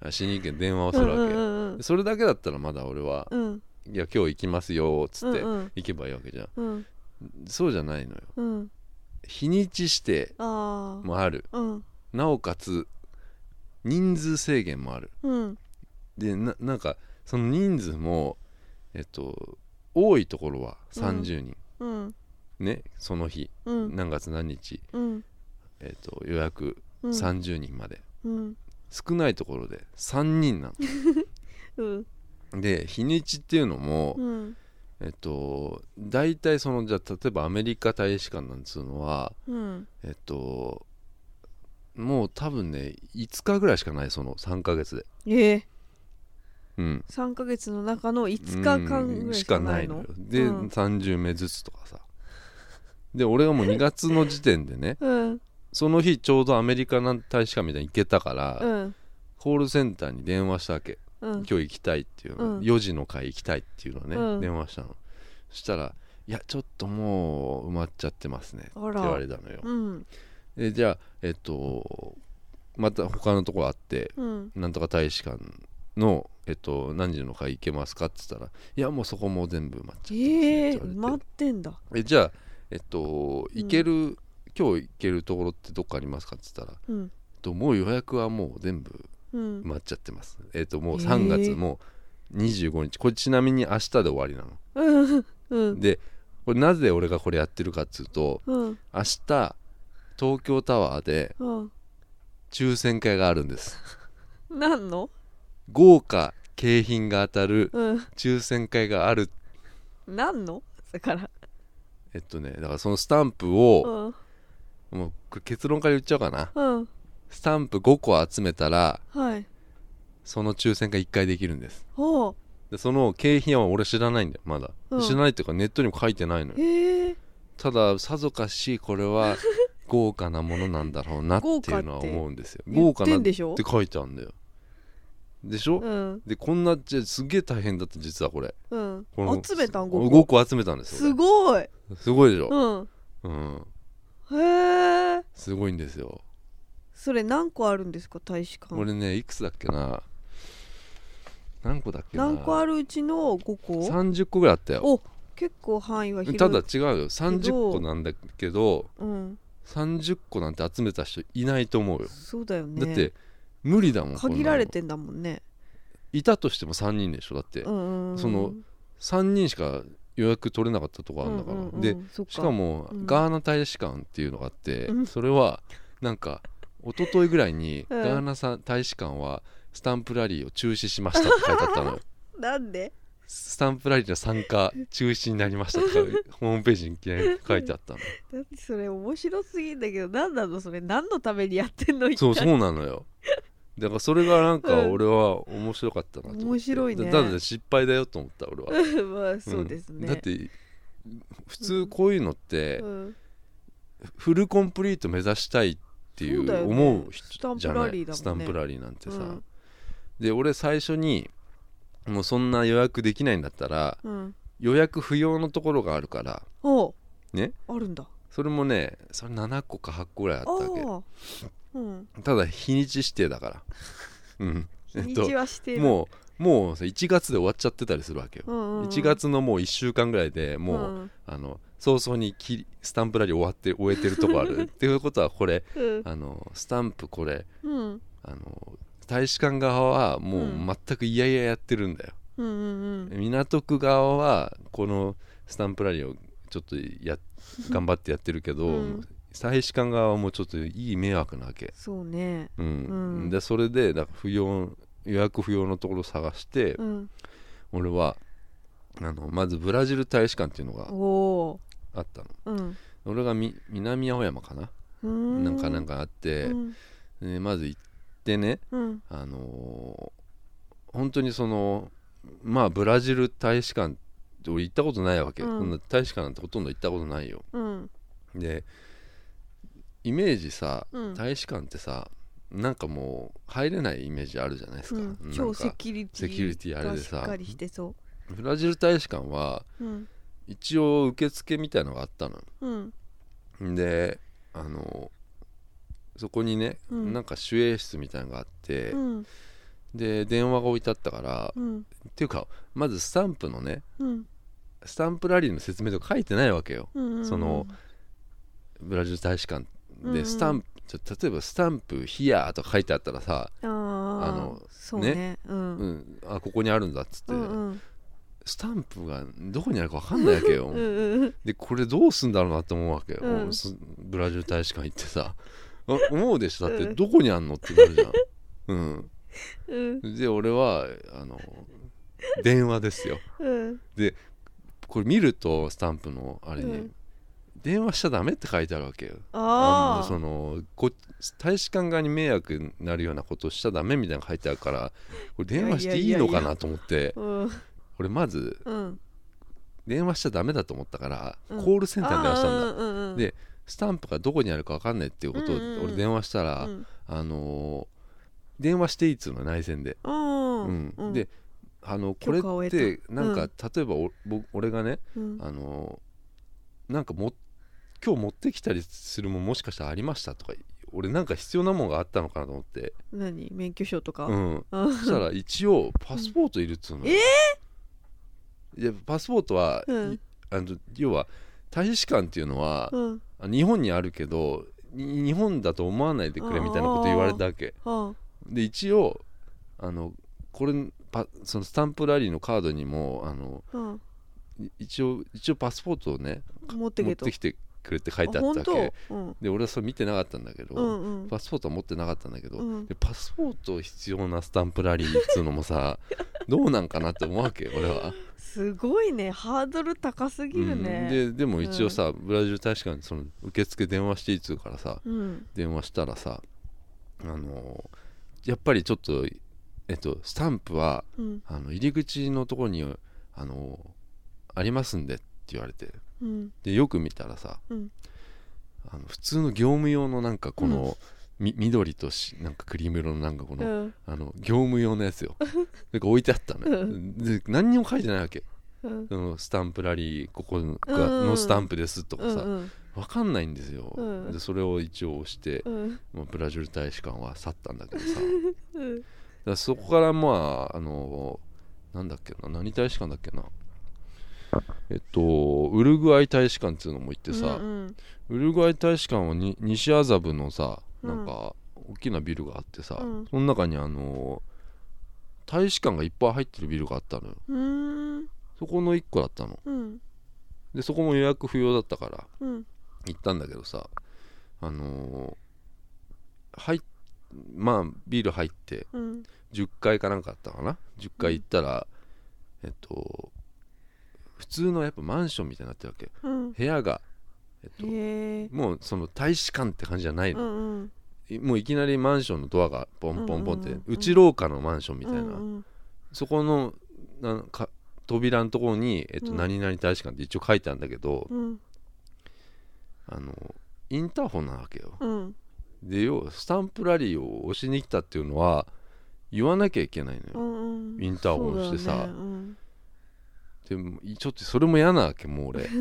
A: あしに行け電話をするわけ、
B: うんうん
A: それだけだったらまだ俺は「
B: うん
A: いや今日行きますよ」っつって
B: うんうん
A: 行けばいいわけじゃん、
B: うん
A: そうじゃないのよ
B: うん
A: 日にちして
B: あ
A: もある
B: あうん
A: なおかつ人数制限もある
B: うん
A: でななんかその人数もえっと多いところは30人、
B: うん
A: ねその日、
B: うん
A: 何月何日、
B: うん
A: えっと、予約
B: うん
A: 30人まで、
B: うん
A: 少ないところで3人な
B: うん
A: ので日にちっていうのも、
B: うん
A: えっと大体そのじゃあ例えばアメリカ大使館なんつうのは
B: うん
A: えっともう多分ね5日ぐらいしかないその3ヶ月で
B: ええ
A: うん
B: 3ヶ月の中の5日間ぐらいしかない
A: う
B: の
A: んしかで、
B: うん
A: 30名ずつとかさで俺がもう2月の時点でね
B: うん
A: その日ちょうどアメリカの大使館みたいに行けたから、
B: うん
A: コールセンターに電話したわけ
B: うん
A: 今日行きたいっていうの、
B: うん
A: 4時の会行きたいっていうのをね、
B: うん
A: 電話したのそしたら「いやちょっともう埋まっちゃってますね」って
B: あ
A: 言
B: ら
A: われたのよ、
B: うん
A: えじゃあえっとまた他のとこあって
B: うん
A: なんとか大使館のえっと何時の会行けますかっつったらいやもうそこも全部埋まっちゃってますね
B: ええ
A: って
B: ー、
A: 言われ
B: 待っててんだ
A: えじゃあえっと行ける、今日行けるところってどっかありますかっつったら
B: うん
A: えっともう予約はもう全部
B: うん
A: 埋まっちゃってますえっともう
B: えー
A: 3月もう25日これちなみに明日で終わりなの
B: うんうん
A: でこれなぜ俺がこれやってるかっつうと
B: うん
A: 明日東京タワーで
B: うん
A: 抽選会があるんです
B: なんの
A: 豪華景品が当たる
B: うん
A: 抽選会がある
B: なんのだから
A: えっとねだからそのスタンプ
B: う
A: を
B: ん
A: もうこれ結論から言っちゃおうかな
B: うん
A: スタンプ5個集めたら
B: はい
A: その抽選会1回できるんです
B: ほ
A: でその景品は俺知らないんだよまだ、
B: うん
A: 知らないっていうかネットにも書いてないの
B: う
A: よ
B: ええ
A: たださぞかしこれ は豪華なものなんだろうなっていうのは思うんですよ
B: 豪
A: 豪
B: 華
A: 華
B: って言
A: なっ
B: っ
A: てて
B: んでしょ
A: 書いてあるんだよでしょ、
B: うん
A: でこんなじゃすげえ大変だった実はこれ
B: うん
A: この
B: 集めたん
A: 5
B: 5個
A: 個集めたんです
B: す
A: よ
B: ごい
A: 俺すごいでしょ、
B: うん
A: うん、
B: へえ
A: すごいんですよ。
B: それ何個あるんですか大使館
A: 俺ね、いくつだっけな何個だっけな
B: 何個あるうちの5個
A: ?30 個ぐらいあったよ。
B: お結構範囲は広い
A: ただ違うよ。30個なんだけど、
B: うん
A: 30個なんて集めた人いないと思うよ。
B: そうだよね
A: だって、無理だもん。
B: 限ら
A: こんなの
B: れてんだもんね
A: いたとしても3人でしょ。だって、
B: うんうんうん
A: その3人しか予約取れなかったとこあるんだから。
B: うんうんうん
A: で、
B: そっ
A: しかも、
B: うん
A: ガーナ大使館っていうのがあって、
B: うん
A: それはなんか一昨日ぐらいに、
B: うん
A: ガーナさん大使館はスタンプラリーを中止しましたって書いてあったのよ
B: なんで
A: スタンプラリーの参加中止になりましたとかホームページにいきなり書いてあったの
B: だってそれ面白すぎんだけど何なのそれ何のためにやってんの一体
A: そうそうなのよだからそれがなんか
B: うん
A: 俺は面白かったなと思って
B: 面白いね
A: だだって失敗だよと思った俺は
B: まあそうです
A: ん
B: ね
A: だって普通こういうのって、
B: うん
A: フルコンプリート目指したいってい
B: そうだよ
A: う
B: ね
A: 思う
B: ス
A: 人
B: タン
A: じ
B: プ
A: ゃ
B: ラ
A: ない
B: リーだもんね
A: スタンプラリーなんてさ、
B: うん
A: で俺最初にもうそんな予約できないんだったら
B: うん
A: 予約不要のところがあるから
B: おう
A: ね
B: あるんだ
A: それもねそれ7個か8個ぐらいあった
B: あ
A: わ
B: あうん
A: けただ日にち指定だ からうん
B: 日にちはしてる
A: もうもうさ1月で終わっちゃってたりするわけよ、
B: うんうん
A: 1月のもう1週間ぐらいでもう、
B: うん
A: あの早々に切りスタンプラリー終わって終えてるとこあ るっていうことはこれ
B: うん
A: あのスタンプこれ
B: うん
A: あの大使館側はもう全くいやいややってるんだよ、
B: うんうん
A: 港区側はこのスタンプラリーをちょっとや頑張ってやってるけど、
B: うん
A: 大使館側はもうちょっといい迷惑なわけ、
B: そうね
A: うん
B: うん
A: でそれでだから不要予約不要のところを探して、
B: うん
A: 俺はあのまずブラジル大使館っていうのが
B: おお
A: あったの
B: うん
A: 俺がみ南青山かな、
B: うん
A: なんかなんかあって
B: う、ん
A: でまず行ってね、
B: うん
A: あのー本当にそのまあブラジル大使館って俺行ったことないわけ、
B: うん
A: そんな大使館なんてほとんど行ったことないよ
B: うん
A: でイメージさ、
B: うん
A: 大使館ってさなんかもう入れないイメージあるじゃないですか,、
B: う
A: なんんか
B: 超セキュリティ
A: セキュリティあれでさ
B: がしっかりしてそ
A: ブラジル大使館は
B: ううん
A: 一応受付みたいのがあったの
B: うん
A: であのそこにね、
B: うん
A: なんか守衛室みたいなのがあって、
B: うん
A: で電話が置いてあったから、
B: うん
A: っていうかまずスタンプのね
B: うん
A: スタンプラリーの説明とか書いてないわけよ
B: うんうん
A: そのブラジル大使館
B: うんうん
A: でスタンプ、ちょ例えば「スタンプヒア」とか書いてあったらさ「
B: あ
A: あ
B: の
A: の
B: そうねう
A: う
B: ん、うん
A: ん、あここにあるんだ」っつって、
B: うん
A: スタンプがどこにあるか分かんないわけよ、
B: うんうん
A: でこれどうすんだろうなって思うわけよ、
B: うん
A: すブラジル大使館行ってさ あ思うでしょだって
B: うん
A: どこにあんのってなるじゃん、うん
B: うん
A: で俺はあの電話ですよ
B: うん
A: これ見るとスタンプのあれに、
B: うん
A: 電話しちゃダメって書いてあるわけよ
B: あ
A: のそ
B: あ
A: のこ大使館側に迷惑になるようなことしちゃダメみたいなの書いてあるからこれ電話していいのかなと思って
B: うん
A: 俺まず
B: うん
A: 電話しちゃダメだと思ったから、
B: うん
A: コールセンターに電話したんだ
B: あーうんうんうん
A: でスタンプがどこにあるか分かんないっていうことを
B: うんうんうん
A: 俺電話したら、
B: うん
A: あのー電話していいっつうの内線で、
B: あ
A: うん
B: ーうん
A: であのこれ
B: 許可を
A: っ
B: 得
A: て
B: た
A: なんか、
B: うん
A: 例えばお僕俺がね
B: うん
A: あのーなんかも今日持ってきたりするもんもしかしたらありましたとか俺なんか必要なもんがあったのかなと思って
B: 何免許証とか、
A: うん
B: あ
A: そしたら一応パスポートいるっつうの
B: え
A: よいやパスポートは、
B: うん
A: いあの要は大使館っていうのは、
B: うん
A: 日本にあるけどに日本だと思わないでくれみたいなこと言われたわけ
B: は
A: で一応あのこれパそのスタンプラリーのカードにもあの
B: あ、はい
A: 一応一応パスポートをね
B: あ、持って
A: 持っ
B: けと
A: てきてくれって書いてあ
B: あ
A: ったわ
B: 本
A: け
B: 当うん
A: で俺はそれ見てなかったんだけど、
B: うんうん
A: パスポートは持ってなかったんだけど、
B: うん
A: でパスポート必要なスタンプラリーっつうのも さどうなんかなって思うわけ俺は、
B: すごいねハードル高すぎる
A: うん
B: ね
A: ででも一応さ、ブラジル大使館にその受付電話していいっつうからさ
B: うん
A: 電話したらさあのやっぱりちょっとえっとスタンプは
B: うん
A: あの入り口のところにあのありますんでって言われて
B: うん
A: でよく見たらさ、
B: うん
A: あの普通の業務用のなんかこの、み緑としなんかクリーム色のなんかこ
B: う
A: の,、
B: ん
A: あの業務用のやつ よなんか置いてあったのよ、
B: う
A: で何にも書いてないわけ
B: うん
A: そのスタンプラリーここの
B: うんうんうん
A: のスタンプですとか
B: う
A: さ、
B: ん
A: わかんないんですよ、
B: うん
A: でそれを一応押して、
B: うん
A: まあ、ブラジル大使館は去ったんだけどさ だか
B: うん
A: らそこからまああのなんだっけな何大使館だっけなえっとウルグアイ大使館っていうのも行ってさ、
B: うん
A: ウルグアイ大使館はに西麻布のさ
B: うん
A: なんか大きなビルがあってさ、
B: うん
A: その中にあの大使館がいっぱい入ってるビルがあったのよ
B: うん
A: そこの1個だったの
B: うん
A: でそこも予約不要だったから
B: うん
A: 行ったんだけどさあのー入っまあビル入って
B: うん
A: 10階かなんかあったかな10階行ったら、えっと普通のやっぱマンションみたいになってるわけ
B: うん
A: 部屋が、えっと、
B: へえ
A: もうその大使館って感じじゃないの
B: うんうん
A: もういきなりマンションのドアがポンポンポンって、
B: う
A: うん
B: うんうん
A: 内廊下のマンションみたいな、
B: うん
A: そこのなんか扉のところに、えっと
B: うん
A: 何々大使館」って一応書いてあるんだけど、
B: うん
A: あのインターホンなわけよ。
B: うん
A: で要はスタンプラリーを押しに来たっていうのは言わなきゃいけないの
B: う
A: よ。
B: んうん
A: インターホンしてさ
B: そうだよねうん
A: でもちょっとそれも嫌なわけもう俺。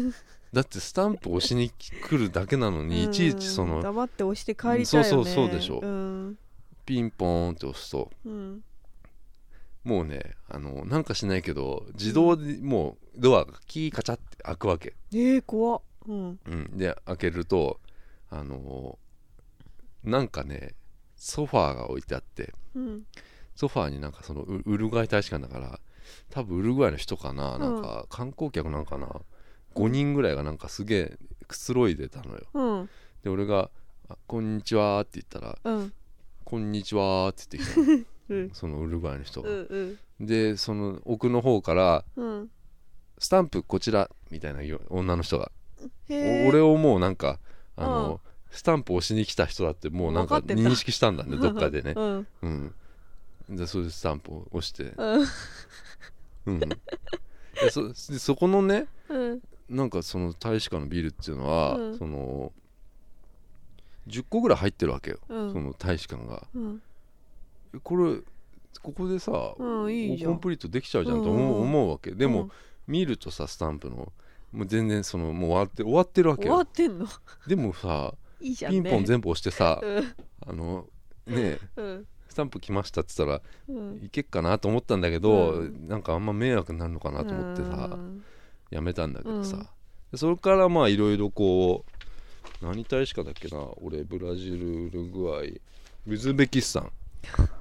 A: だってスタンプ押しに来るだけなのにいちいちそ
B: うん
A: の
B: 黙って押して帰りたいよね
A: そうそうそうでしょ
B: うん
A: ピンポーンって押すと
B: うん
A: もうねあのなんかしないけど自動でもうドアがキーカチャって開くわけ。
B: ええ怖っうん
A: うん、で開けるとあのーなんかねソファーが置いてあって
B: うん
A: ソファーになんかそのウウルグアイ大使館だから多分ウルグアイの人かな、
B: ん
A: なんか観光客なんかな5人ぐらいがなんかすげえくつろいでたのよ
B: うん
A: で俺があ「こんにちは」って言ったら
B: うん
A: 「こんにちは」って言ってきたの
B: うん
A: そのウルグアイの人が、
B: うんうん
A: でその奥の方から
B: うん
A: 「スタンプこちら」みたいなよ女の人が
B: へ
A: お
B: え
A: 俺をもうなんかあの、スタンプ押しに来た人だってもうなんか
B: 分かってた、
A: 認識したんだねどっかでね
B: うん
A: うん、でそれでスタンプを押して、
B: うん
A: うん、でそでそこのね
B: うん
A: なんかその大使館のビルっていうのは、
B: うん
A: その10個ぐらい入ってるわけよ、
B: うん
A: その大使館が
B: うん
A: えこれここでさ、
B: うんいいじゃん
A: コンプリートできちゃうじゃんと思う,、
B: うんうん
A: 思うわけでも、見るとさスタンプのもう全然そのもう終わって終わってる
B: うん
A: わけ
B: 終わ
A: よ
B: ってんの
A: でもさ
B: いいじゃん
A: ピ
B: ね
A: ンポン全部押してさ、
B: うん
A: あのねえ
B: うん
A: スタンプ来ましたって言った
B: うん
A: らいけっかなと思ったんだけど、
B: うん
A: なんかあんま迷惑になるのかなと思って
B: う
A: さ
B: ん
A: やめたんだけどさ、
B: うん
A: でそれからまあいろいろこう何大使館だっけな俺ブラジルウルグアイウズベキスタン、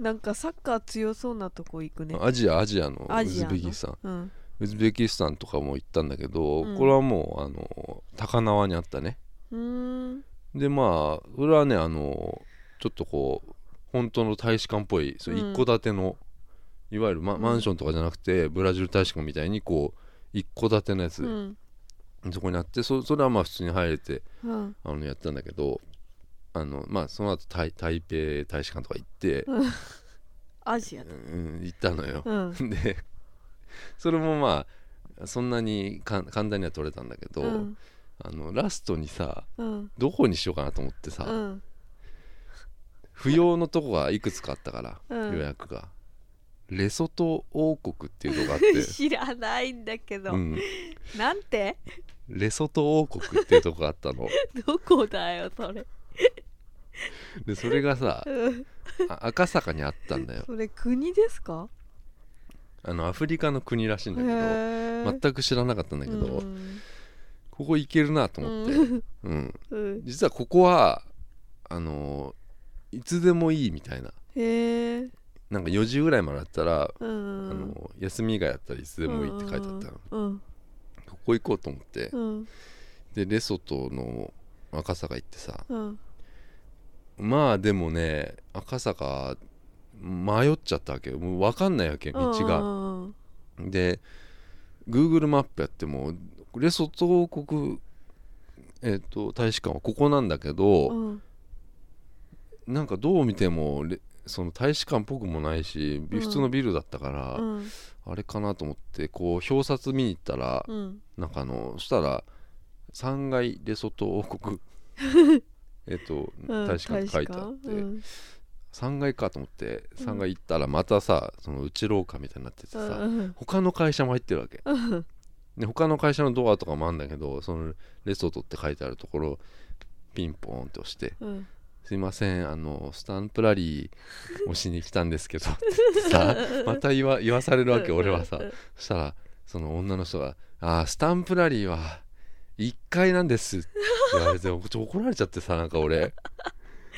B: なんかサッカー強そうなとこ行くね
A: アジアアジアの
B: ア
A: ウズ
B: ジアの
A: ベキスタン
B: うん
A: ウズベキスタンとかも行ったんだけど、
B: うん
A: これはもうあの高輪にあったね
B: うーん
A: でまあそれはねあのちょっとこう本当の大使館っぽいそう
B: うん
A: 一戸建ての、いわゆるマ,、
B: うん
A: マンションとかじゃなくてブラジル大使館みたいにこう一戸建てのやつ、
B: うん
A: そこにあってそそれはまあ普通に入れて
B: うん
A: あのやったんだけどあのまあその後台台北大使館とか行って、
B: アジアだ
A: うん、行ったのよ、
B: うん
A: でそれもまあそんなにかん簡単には取れたんだけど、
B: うん
A: あのラストにさ
B: うん
A: どこにしようかなと思ってさ、
B: うん
A: 不要のとこがいくつかあったから、
B: うん
A: 予約がレソト王国っていうのがあっ て、
B: 知らないんだけど、
A: うん、
B: なんて
A: レソト王国っていうとこがあったの
B: どこだよそれ、
A: でそれがさ
B: うん、
A: あ赤坂にあったんだよ
B: それ国ですか
A: あのアフリカの国らしいんだ
B: へ
A: け
B: ー
A: ど全く知らなかったんだけど、
B: うん
A: ここ行けるなと思って、
B: うん
A: うん、
B: うん
A: 実はここはあのいつでもいいみたいな
B: へえ
A: なんか4時ぐらいまでだったら、
B: う
A: あ
B: ん
A: の休み以外だったらいつでもいいって書いてあったの、
B: うん
A: ここ行こうと思って、
B: うん
A: でレソトの赤坂行ってさ
B: うん
A: まあでもね赤坂迷っちゃったわけよもう分かんないわけ道が、
B: が
A: で Google マップやってもレソト王国、えっと大使館はここなんだけど、
B: うん
A: なんかどう見てもレその大使館っぽくもないし
B: うん
A: 普通のビルだったから、
B: うん
A: あれかなと思ってこう表札見に行ったら、
B: うん
A: なんかあのそしたら3階レソト王 国えっと
B: うん
A: 大使館って書いてあって、
B: うん
A: 3階かと思って
B: うん
A: 3階行ったらまたさその内廊下みたいになっててさ、
B: うん
A: 他の会社も入ってるわけ
B: うん
A: で他の会社のドアとかもあるんだけどそのレソトって書いてあるところピンポーンって押して
B: うん
A: すいませんあのスタンプラリーをしに来たんですけどって言って さまた言わ言わされるわけ俺はさそしたらその女の人が「あースタンプラリーは1回なんです」って言われて ちょっと怒られちゃってさなんか俺う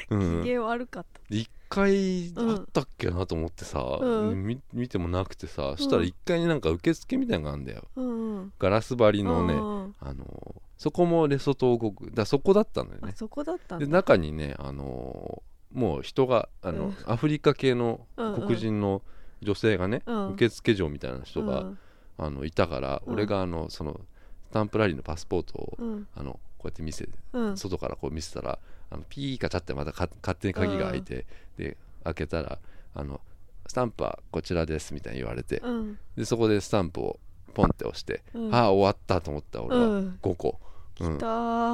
B: 機
A: ん
B: 嫌悪かっ
A: 1回あったっけなと思ってさ、
B: うん
A: み見てもなくてさそしたら1回になんか受付みたいなのがあるんだよ
B: たうん
A: ガラス張り
B: うん
A: のね、
B: うん
A: あのーそこもレソト王国だからそこだったのよ
B: あ
A: ね
B: そこだったん
A: で
B: だ
A: 中にねあのーもう人があの、
B: うん
A: アフリカ系の
B: うんうん
A: 黒人の女性がね、
B: うん
A: 受付嬢みたいな人が、
B: うん
A: あのいたから、
B: うん
A: 俺があのそのスタンプラリーのパスポートを、
B: うん
A: あのこうやって見せ
B: うん
A: 外からこう見せたらあのピーカチャってまたか勝手に鍵が開いて、で開けたらあの「スタンプはこちらです」みたいに言われて、
B: うん
A: でそこでスタンプをポンって押して、
B: うん
A: ああ終わったと思った俺は、
B: うん
A: 5個、うん、
B: だ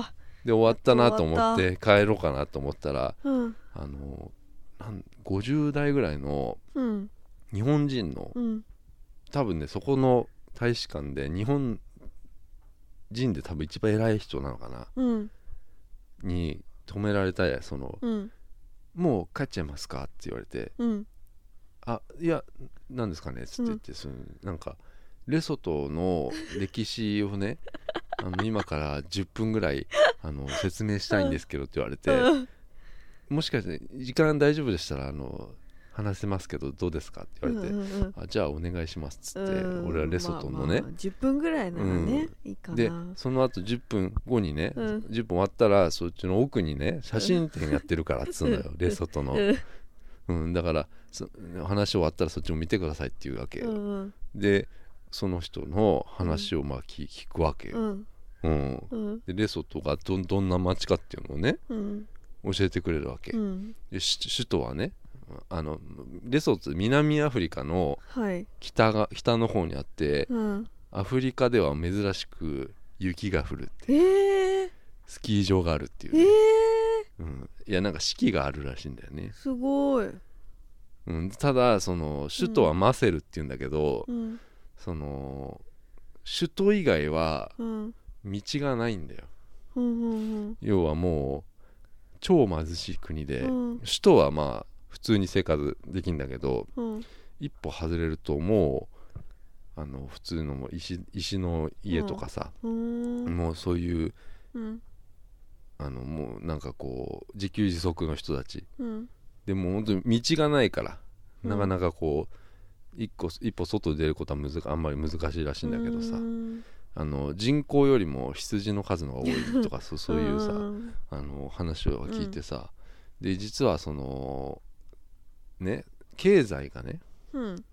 B: ー
A: で終わったなと思って
B: 終
A: 帰ろうかなと思ったら
B: うん
A: あのなん50代ぐらいの
B: うん
A: 日本人の
B: うん
A: 多分ねそこの大使館で日本人で多分一番偉い人なのかな
B: うん
A: に止められたやその
B: うん
A: 「もう帰っちゃいますか?」って言われて
B: うん
A: 「あいや何ですかね」っつって言って、そのなんかレソトの歴史を ねあの今から10分ぐらいあの説明したいんですけどって言われて。
B: うん
A: もしかして時間大丈夫でしたらあの話せますけどどうですかって言われて、
B: うんうん
A: あじゃあお願いしますっつって、
B: うん
A: 俺はレソトのね、
B: まあまあ10分ぐらいならね、いいかな
A: でその後10分後にね、
B: うん
A: 10分終わったらそっちの奥にね写真展やってるからっつうのよ、レソトの、
B: うん
A: うん、だからそ話終わったらそっちも見てくださいっていうわけ
B: う
A: よ、
B: ん
A: でその人の話をまあ聞聞くわけ
B: う
A: よ、
B: ん
A: うん
B: うん
A: でレソトがどんどんな街かっていうのをね
B: うん
A: 教えてくれるわけ、
B: うん
A: でし首都はねあのレソト南アフリカの
B: はい
A: 北が北の方にあって
B: うん
A: アフリカでは珍しく雪が降るって
B: えー、
A: スキー場があるっていう
B: えー
A: ね、、うん、いやなんか四季があるらしいんだよね、
B: すごい、
A: うん、ただその首都はマセルっていうんだけど、
B: うん
A: その首都以外は
B: うん
A: 道がないんだよ
B: うんうん
A: 要はもう超貧しい国で、
B: うん
A: 首都はまあ普通に生活できるんだけど、
B: うん
A: 一歩外れるともうあの普通のもう石石の家とかさ、
B: うん
A: もうそういう
B: うん
A: あのもうなんかこう自給自足の人たち
B: うん
A: でもう本当に道がないから、
B: うん
A: なかなかこう一個一歩外に出ることはむずあんまり難しいらしいんだけどさ、
B: うん
A: あの人口よりも羊の数の方が多いとかそうそういうさ、
B: ん
A: あの話を聞いてさ、で実はそのね経済がね
B: うん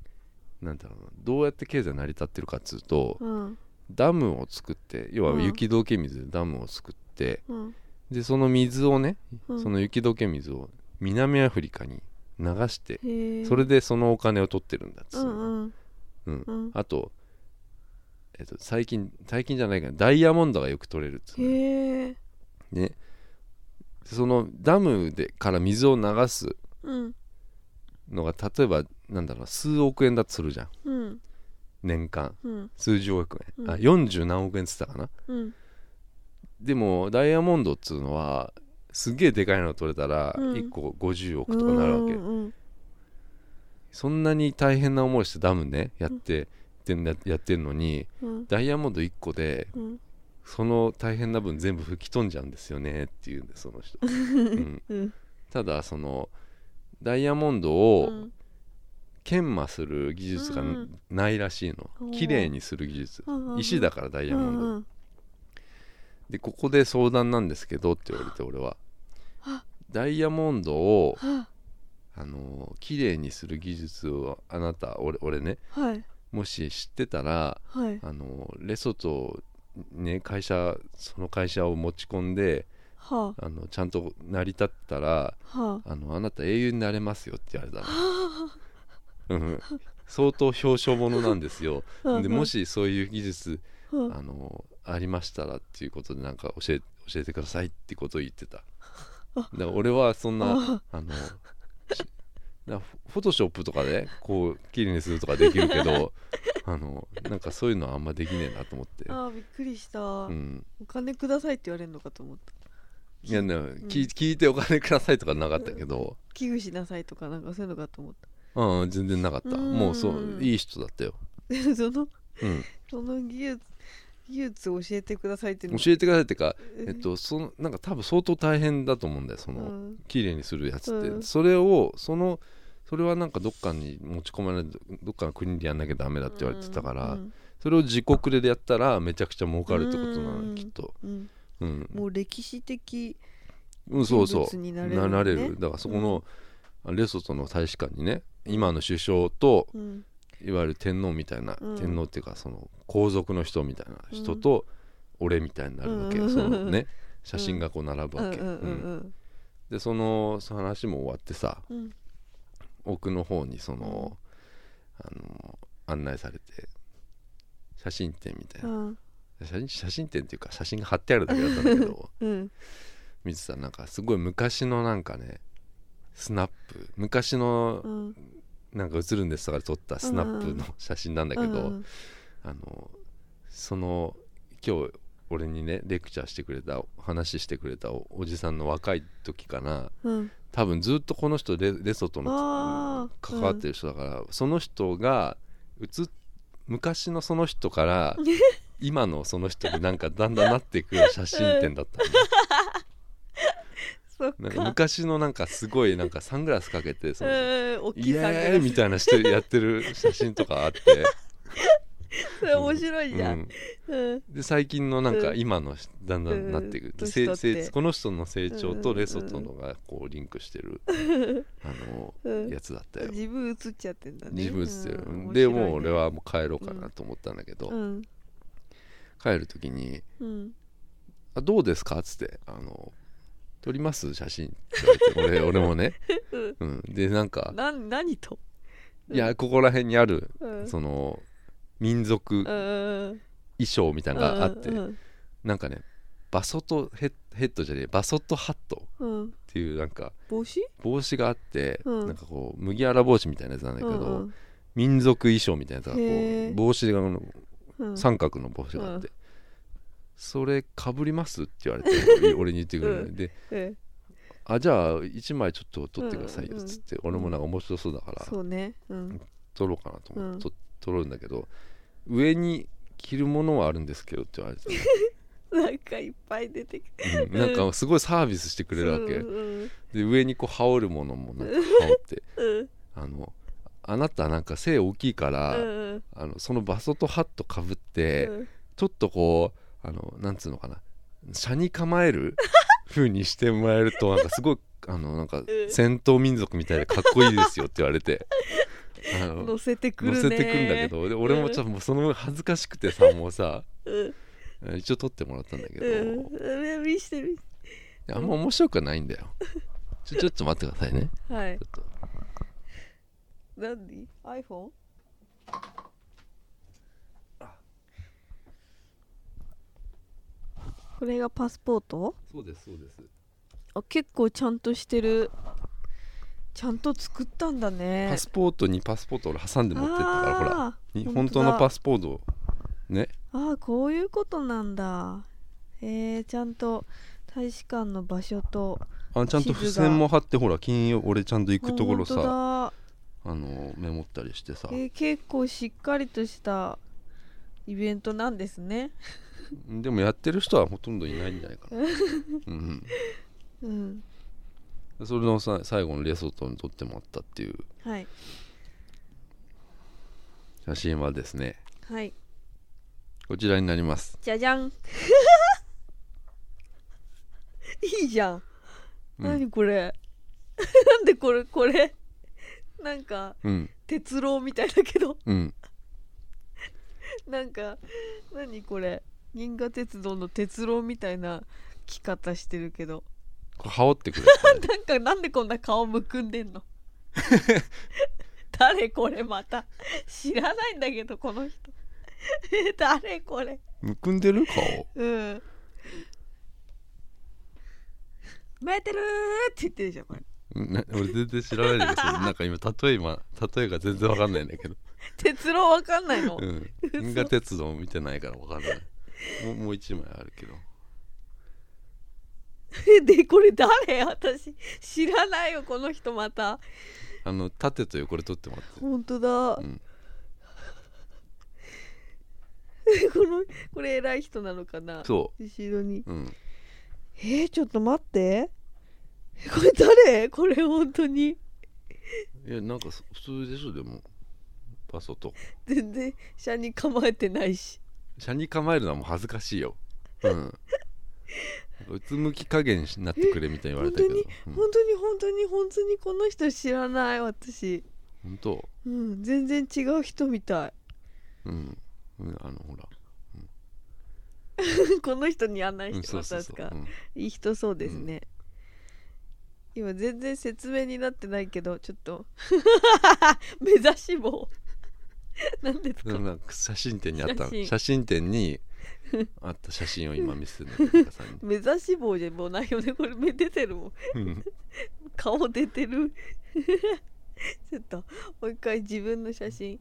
A: なんだろうなどうやって経済成り立ってるかっつうと、
B: うん
A: ダムを作って要は
B: うん
A: 雪解け水でダムを作って、
B: うん
A: でその水をね、
B: うん
A: その雪解け水を南アフリカに流して、
B: へー
A: それでそのお金を取ってるんだっつ
B: う
A: うの
B: んうん
A: うん
B: うん
A: あと,、えっと最近最近じゃないかなダイヤモンドがよく取れるっつうのね
B: へえ
A: ねそのダムでから水を流す
B: うん
A: のが例えばなんだろう数億円だとするじゃん
B: うん
A: 年間
B: うん
A: 数十億円、あ
B: うん
A: 40何億円っつったかな
B: うん
A: でもダイヤモンドっつうのはすげえでかいの取れたら
B: うん
A: 1個50億とかなるわけ、
B: うんうん
A: そんなに大変な思いしてダムねやって、でん、ややってんのに
B: うん
A: ダイヤモンド1個で
B: うん
A: その大変な分全部吹き飛んじゃうんですよねっていうんでその 人、うん
B: うん
A: ただそのダイヤモンド
B: う
A: を
B: ん
A: 研磨する技術が
B: うん
A: ないらしいの、
B: おー
A: 綺麗にする技術
B: うんうんうん
A: 石だからダイヤモンド、
B: うんうん
A: でここで相談なんですけどって言われて俺は
B: あ
A: ダイヤモンドを
B: は
A: あのー綺麗にする技術をあなた俺俺ね
B: はい
A: もし知ってたら
B: はい
A: あのーレソトね会社その会社を持ち込んで
B: は
A: あのちゃんと成り立ったら
B: あは
A: あのあなた英雄になれますよって言われたの
B: あは
A: うん相当表彰ものなんですよ
B: あうんうん
A: でもしそういう技術
B: うん
A: あのありましたらっていうことでなんか教え教えてくださいってことを言ってただから俺はそんな
B: あ
A: あのしだフォフォトショップとかでこう綺麗にするとかできるけどあのなんかそういうのはあんまできねえなと思って、
B: あーびっくりした、
A: うん、
B: お金くださいって言われるのかと思った
A: いやね、聞聞いてお金くださいとかなかったけど、
B: 寄付しなさいとかなんかそういうのかと思った
A: うん全然なかった
B: うん
A: もうそういい人だったよ、
B: でその
A: うん、
B: その技術技術を教えてくださいっていうの
A: 教えてくださいってか、
B: え
A: えっと、そのなんか多分相当大変だと思うんだよその、
B: うん
A: 綺麗にするやつって、
B: うん
A: それをそのそれはなんかどっかに持ち込まないとどっかの国でやんなきゃダメだって言われてたから、
B: うん
A: それを自国でやったらめちゃくちゃ儲かるってことなの、
B: うん
A: きっと、
B: うん
A: うん
B: もう歴史的
A: うん、そうそ
B: 人
A: う
B: 物になれる
A: な
B: のね
A: なれるだからそこの、レソトの大使館にね今の首相と
B: うん
A: いわゆる天皇みたいな、
B: うん
A: 天皇っていうかその皇族の人みたいな人と、俺みたいになるわけ、
B: うん
A: そのね写真がこう並ぶ
B: うん
A: わ
B: うん
A: け、
B: うんう
A: うん
B: ん
A: でそのその話も終わってさ
B: うん
A: 奥の方にその、あの案内されて写真展みたいうな、
B: ん
A: 写真写真展っていうか写真が貼ってあるだけだったんだけ ど
B: うん
A: 見てたらなんかすごい昔のなんかねスナップ昔の
B: うん
A: なんか映るんですとかで撮ったスナップ
B: うんう
A: の写真なんだけど、
B: うん
A: あのその今日俺にねレクチャーしてくれた話してくれたおおじさんの若い時かな
B: うん
A: 多分ずっとこの人レレソト
B: あ
A: の
B: ー
A: 関わってる人だから、その人がうつ昔のその人から 今のその人になんかだんだんなっていく写真展だったのね、
B: そっ
A: なんか
B: か
A: 昔のなんかすごいなんかサングラスかけてその
B: うん大き
A: イ
B: い
A: エ
B: サング
A: ーイ
B: ラス
A: みたいなしてるやってる写真とかあって、
B: それ面白 いじ
A: う
B: ゃん
A: ん、
B: うん
A: で最近のなんか
B: うん
A: 今のだんだんなっていく、
B: うん
A: せ
B: 年取って
A: せこの人の成長と
B: うん
A: レソトのがこうリンクしてる、 あの
B: うん
A: やつだったよ
B: 自分映っちゃってんだね
A: 自分ですよ、
B: うん面白
A: で
B: いね
A: もう俺はもう帰ろうかなと思ったんだけど、
B: うん
A: 帰る時に
B: うん
A: 「あどうですか?」っつって「あの撮ります写真」って言われて 俺俺もね、
B: うん
A: うん、でなんか
B: な何と
A: いやここら辺にある
B: うん
A: その民族
B: うんうん
A: 衣装みたいなのがあって、
B: うん
A: なんかねバソトヘッヘッドじゃねえバソトハット
B: うんうん
A: っていうなんか
B: 帽子
A: 帽子があって、
B: うん
A: なんかこう麦わら帽子みたいなやつなんだけど、
B: うん
A: 民族衣装みたいなやつがこ
B: へ
A: う
B: ー
A: 帽子があの
B: うん
A: 三角の帽子があって、それかぶりますって言われて 俺俺に言ってくれるの、
B: う
A: で
B: え
A: あじゃあ1枚ちょっと撮ってくださいよっつって、
B: ん
A: 俺もなんか面白そうだから
B: えそうねうん
A: 撮ろうかなと思って、
B: うん
A: と撮ろうんだけど上に着るものはあるんですけどって言われて、
B: なんかいっぱい出てきて
A: うんなんかすごいサービスしてくれるわけ、
B: うん
A: で上にこう羽織るものもなんか羽織 って
B: うん
A: あのあなたなんか背大きいから、
B: うん
A: あのそのバソとハットかぶっ
B: う
A: て、
B: ん
A: ちょっとこうあのなんつうのかな車に構え る風にしてもらえるとなんかすごいあのなんか
B: うん
A: 戦闘民族みたいでかっこいいですよって言われ てあの
B: 乗せてくる
A: 乗
B: ね
A: せてくんだけどで俺もちょっともうその分恥ずかしくてさもうさ
B: うん
A: 一応撮ってもらったんだけど、
B: うんうん見して見し
A: あんま面白くないんだよちょちょっと待ってくださいね
B: てはい
A: ちょっと
B: なんで iPhone? これがパスポート
A: そうですそうです
B: あ結構ちゃんとしてるちゃんと作ったんだね
A: パスポートにパスポート俺挟んで持ってったからほら
B: あー
A: に本当の
B: だ
A: パスポートをね
B: ああこういうことなんだえー、ちゃんと大使館の場所と
A: あちゃんと
B: 地図
A: 付
B: が
A: 箋も貼ってほら金曜俺ちゃんと行くところ
B: あ
A: さ
B: 本
A: あのメモったりしてさ
B: 当だ、えー、結構しっかりとしたイベントなんですね
A: でもやってる人はほとんどいないんじゃないかな、うん
B: うん
A: うん、それのさ最後のレソトに撮ってもらったっていう
B: はい
A: 写真はですね
B: はい
A: こちらになります
B: じゃじゃん いいじゃん、
A: うん
B: 何これ なんでこれこれなんか
A: うん
B: 鉄郎みたいだけど
A: うん
B: なんか何これ銀河鉄道の鉄郎みたいな着方してるけど
A: これ羽織ってくれ
B: なんかなんでこんな顔むくん でんの誰これまた知らないんだけどこの人 え誰これ
A: むくんでる顔
B: うんメーテルーって言ってるじゃんこれ
A: うんな俺全然知らないんだけどなんか今例えま例えが全然わかんないんだけど、
B: 鉄郎わかんないの、
A: うん、銀河鉄道見てないからわかんないもうもう一枚あるけど
B: えでこれ誰私知らないよこの人また
A: あの縦と横で撮ってもらって
B: 本当だ、
A: うん
B: このこれ偉い人なのかな
A: そ
B: 後ろに
A: ううん
B: えー、ちょっと待ってえこれ誰これ本当に
A: いやなんかそ普通でしょでもパソと
B: 全然車に構えてないし
A: 車に構えるのはもう恥ずかしいようんうつむき加減になってくれみたいに言われたけど
B: え本当に本当に本当にこの人知らない私
A: うん、本当
B: うん全然違う人みたい
A: うん、うん、あのほら
B: この人に案内
A: う
B: し
A: ん
B: ても
A: そ
B: ら
A: う
B: った
A: そ
B: ん
A: う
B: で
A: そ
B: すか
A: う、うん
B: いい人そうですね、今全然説明になってないけどちょっと 目指し棒 なんです
A: でも
B: か
A: なんか写真展にあったの
B: 写真
A: 写真展 にあった写真を今見せてるのゆかさんに
B: 目指し棒じゃもうないよねこれ目出てるもん
A: うん
B: 顔出てる ちょっともう一回自分の写真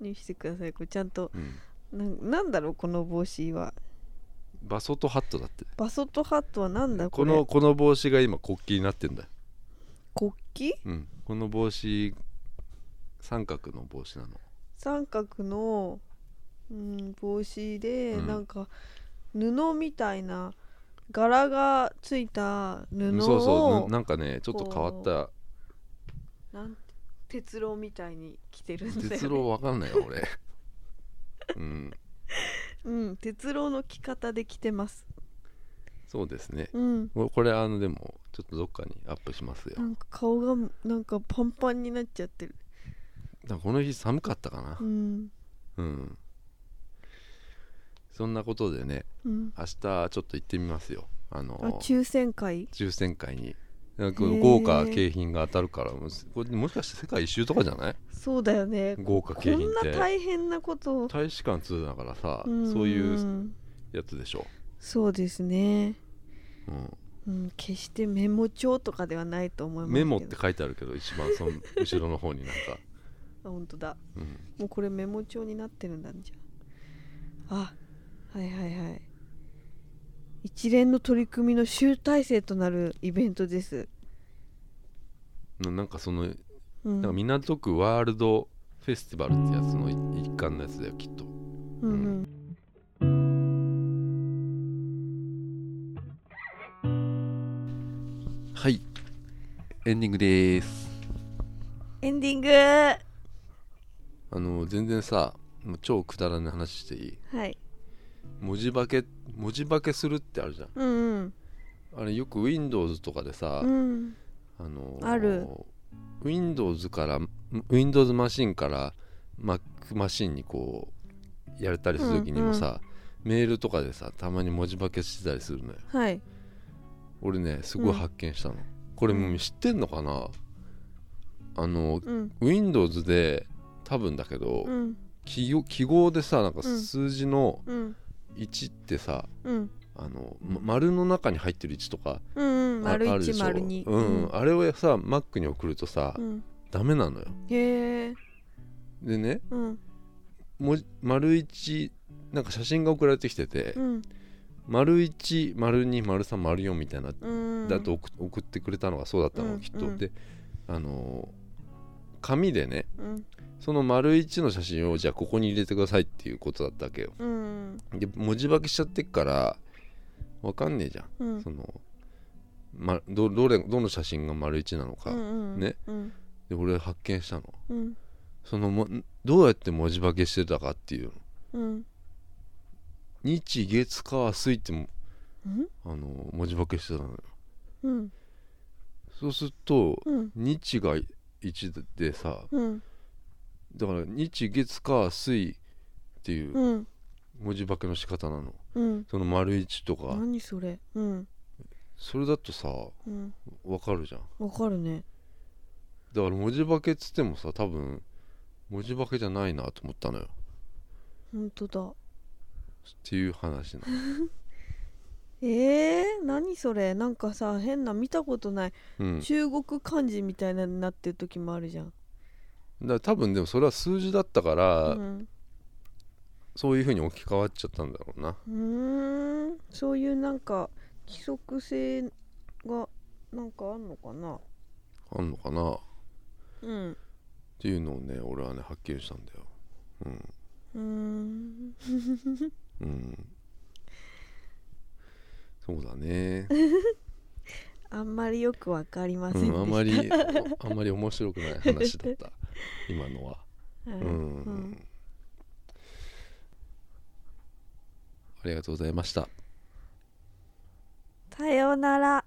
B: にしてくださいこれちゃんと
A: うん
B: なんなんだろうこの帽子は
A: バソとハットだって
B: バソットハットはなんだこ
A: こ
B: れ
A: のこの帽子が今国旗になってんだよ、
B: 国旗
A: うん、この帽子三角の帽子なの
B: 三角の、うん、帽子で、
A: うん
B: なんか布みたいな柄がついた布
A: うん
B: を
A: そうそうぬなんかねちょっと変わった
B: なんて鉄郎みたいに着てるんだよ、ね、
A: 鉄郎わかんないよ俺うん
B: うん鉄郎の着方で着てます
A: そうですね
B: うん
A: ここれあのでもちょっとどっかにアップしますよ
B: なんか顔がなんかパンパンになっちゃってる
A: なんかこの日寒かったかな
B: うん
A: うんそんなことでね
B: うん
A: 明日ちょっと行ってみますよあの
B: あ抽選会
A: 抽選会になんか
B: へー
A: 豪華景品が当たるからもうすこれもしかして世界一周とかじゃない
B: そうだよね
A: 豪華
B: こ
A: 景品
B: ん
A: っ
B: な
A: て
B: 大変なことを
A: 大使館通だからさ
B: ん
A: そういうやつでしょ、
B: そうですね
A: うん、
B: うん、決してメモ帳とかではないと思いますけ
A: メ
B: ど
A: モって書いてあるけど一番その後ろの方になんか、
B: あ本当だ
A: うん、
B: もうこれメモ帳になってるんだじゃああはいはいはい一連の取り組みの集大成となるイベントです、
A: ななんかその
B: うん
A: なんか港区ワールドフェスティバルってやつの一一環のやつだよきっと
B: うんうん
A: はいエンディングです
B: エンディングは
A: あの全然さもう超くだらない話していい
B: い
A: 文字化け文字化けするってあるじゃん
B: うんうん
A: あれよく Windows とかでさ、
B: うん
A: あのー
B: ある
A: Windows から Windows マシンから Mac マシンにこうやれたりする時にもさ、メールとかでさたまに文字化けしてたりするのよ
B: はい
A: 俺ねすごい発見したの、これもう知ってんのかな、あの
B: うん
A: Windows で多分だけど、
B: うん
A: 記号記号でさなんか
B: うん
A: 数字の
B: うん
A: 1ってさ、
B: うん
A: あの、ま丸の中に入ってる位置とか
B: うんうん
A: ああ
B: 丸
A: るで
B: 一
A: しょ
B: 丸二
A: うん、あれをさマックに送るとさ、
B: うん
A: ダメなのよ
B: へえ
A: でね
B: うん
A: もう丸一なんか写真が送られてきてて、
B: うん
A: 丸一丸二丸三丸四みたいな
B: うん
A: だと送送ってくれたのがそうだったの、
B: うん
A: きっと、
B: うん
A: であのー紙でね
B: うん
A: その丸一の写真をじゃあここに入れてくださいっていうことだったわけよ
B: うん
A: で文字化けしちゃってっからわかんねえじゃん、
B: うん
A: その、ま、どどれどの写真が丸一なのか、
B: うんうん
A: ね
B: うん
A: で俺発見したの
B: うん
A: そのもどうやって文字化けしてたかっていうの
B: うん
A: 日月火水っても
B: うん
A: あのー文字化けしてたのよ
B: うん
A: そうすると
B: うん
A: 日が1でさ
B: うん
A: だから日月火水っていう
B: うん
A: 文字化けの仕方なの
B: うん
A: その丸一とか
B: 何それうん
A: それだとさ
B: うん
A: わかるじゃん
B: わかるね
A: だから文字化けっつってもさ多分文字化けじゃないなと思ったのよ
B: 本当だ
A: っていう話なの
B: えー、何それなんかさ変な見たことない
A: うんだか
B: 中国漢字みたいなになってる時もあるじゃん、
A: ら多分でもそれは数字だったか
B: う
A: ら、
B: ん、
A: そういうふうに置き換わっちゃったんだろうな
B: うーんそういうなんか規則性がなんかあんのかな
A: あんのかなっ
B: うん
A: ていうのをね俺はね発見したんだようん
B: うーん
A: うんそうだね
B: あんまりよくわかりません
A: う
B: でし
A: ん、
B: た、
A: あんまりあんまり面白くない話だった今のは
B: はい
A: うん、
B: うん
A: ありがとうございました
B: さようなら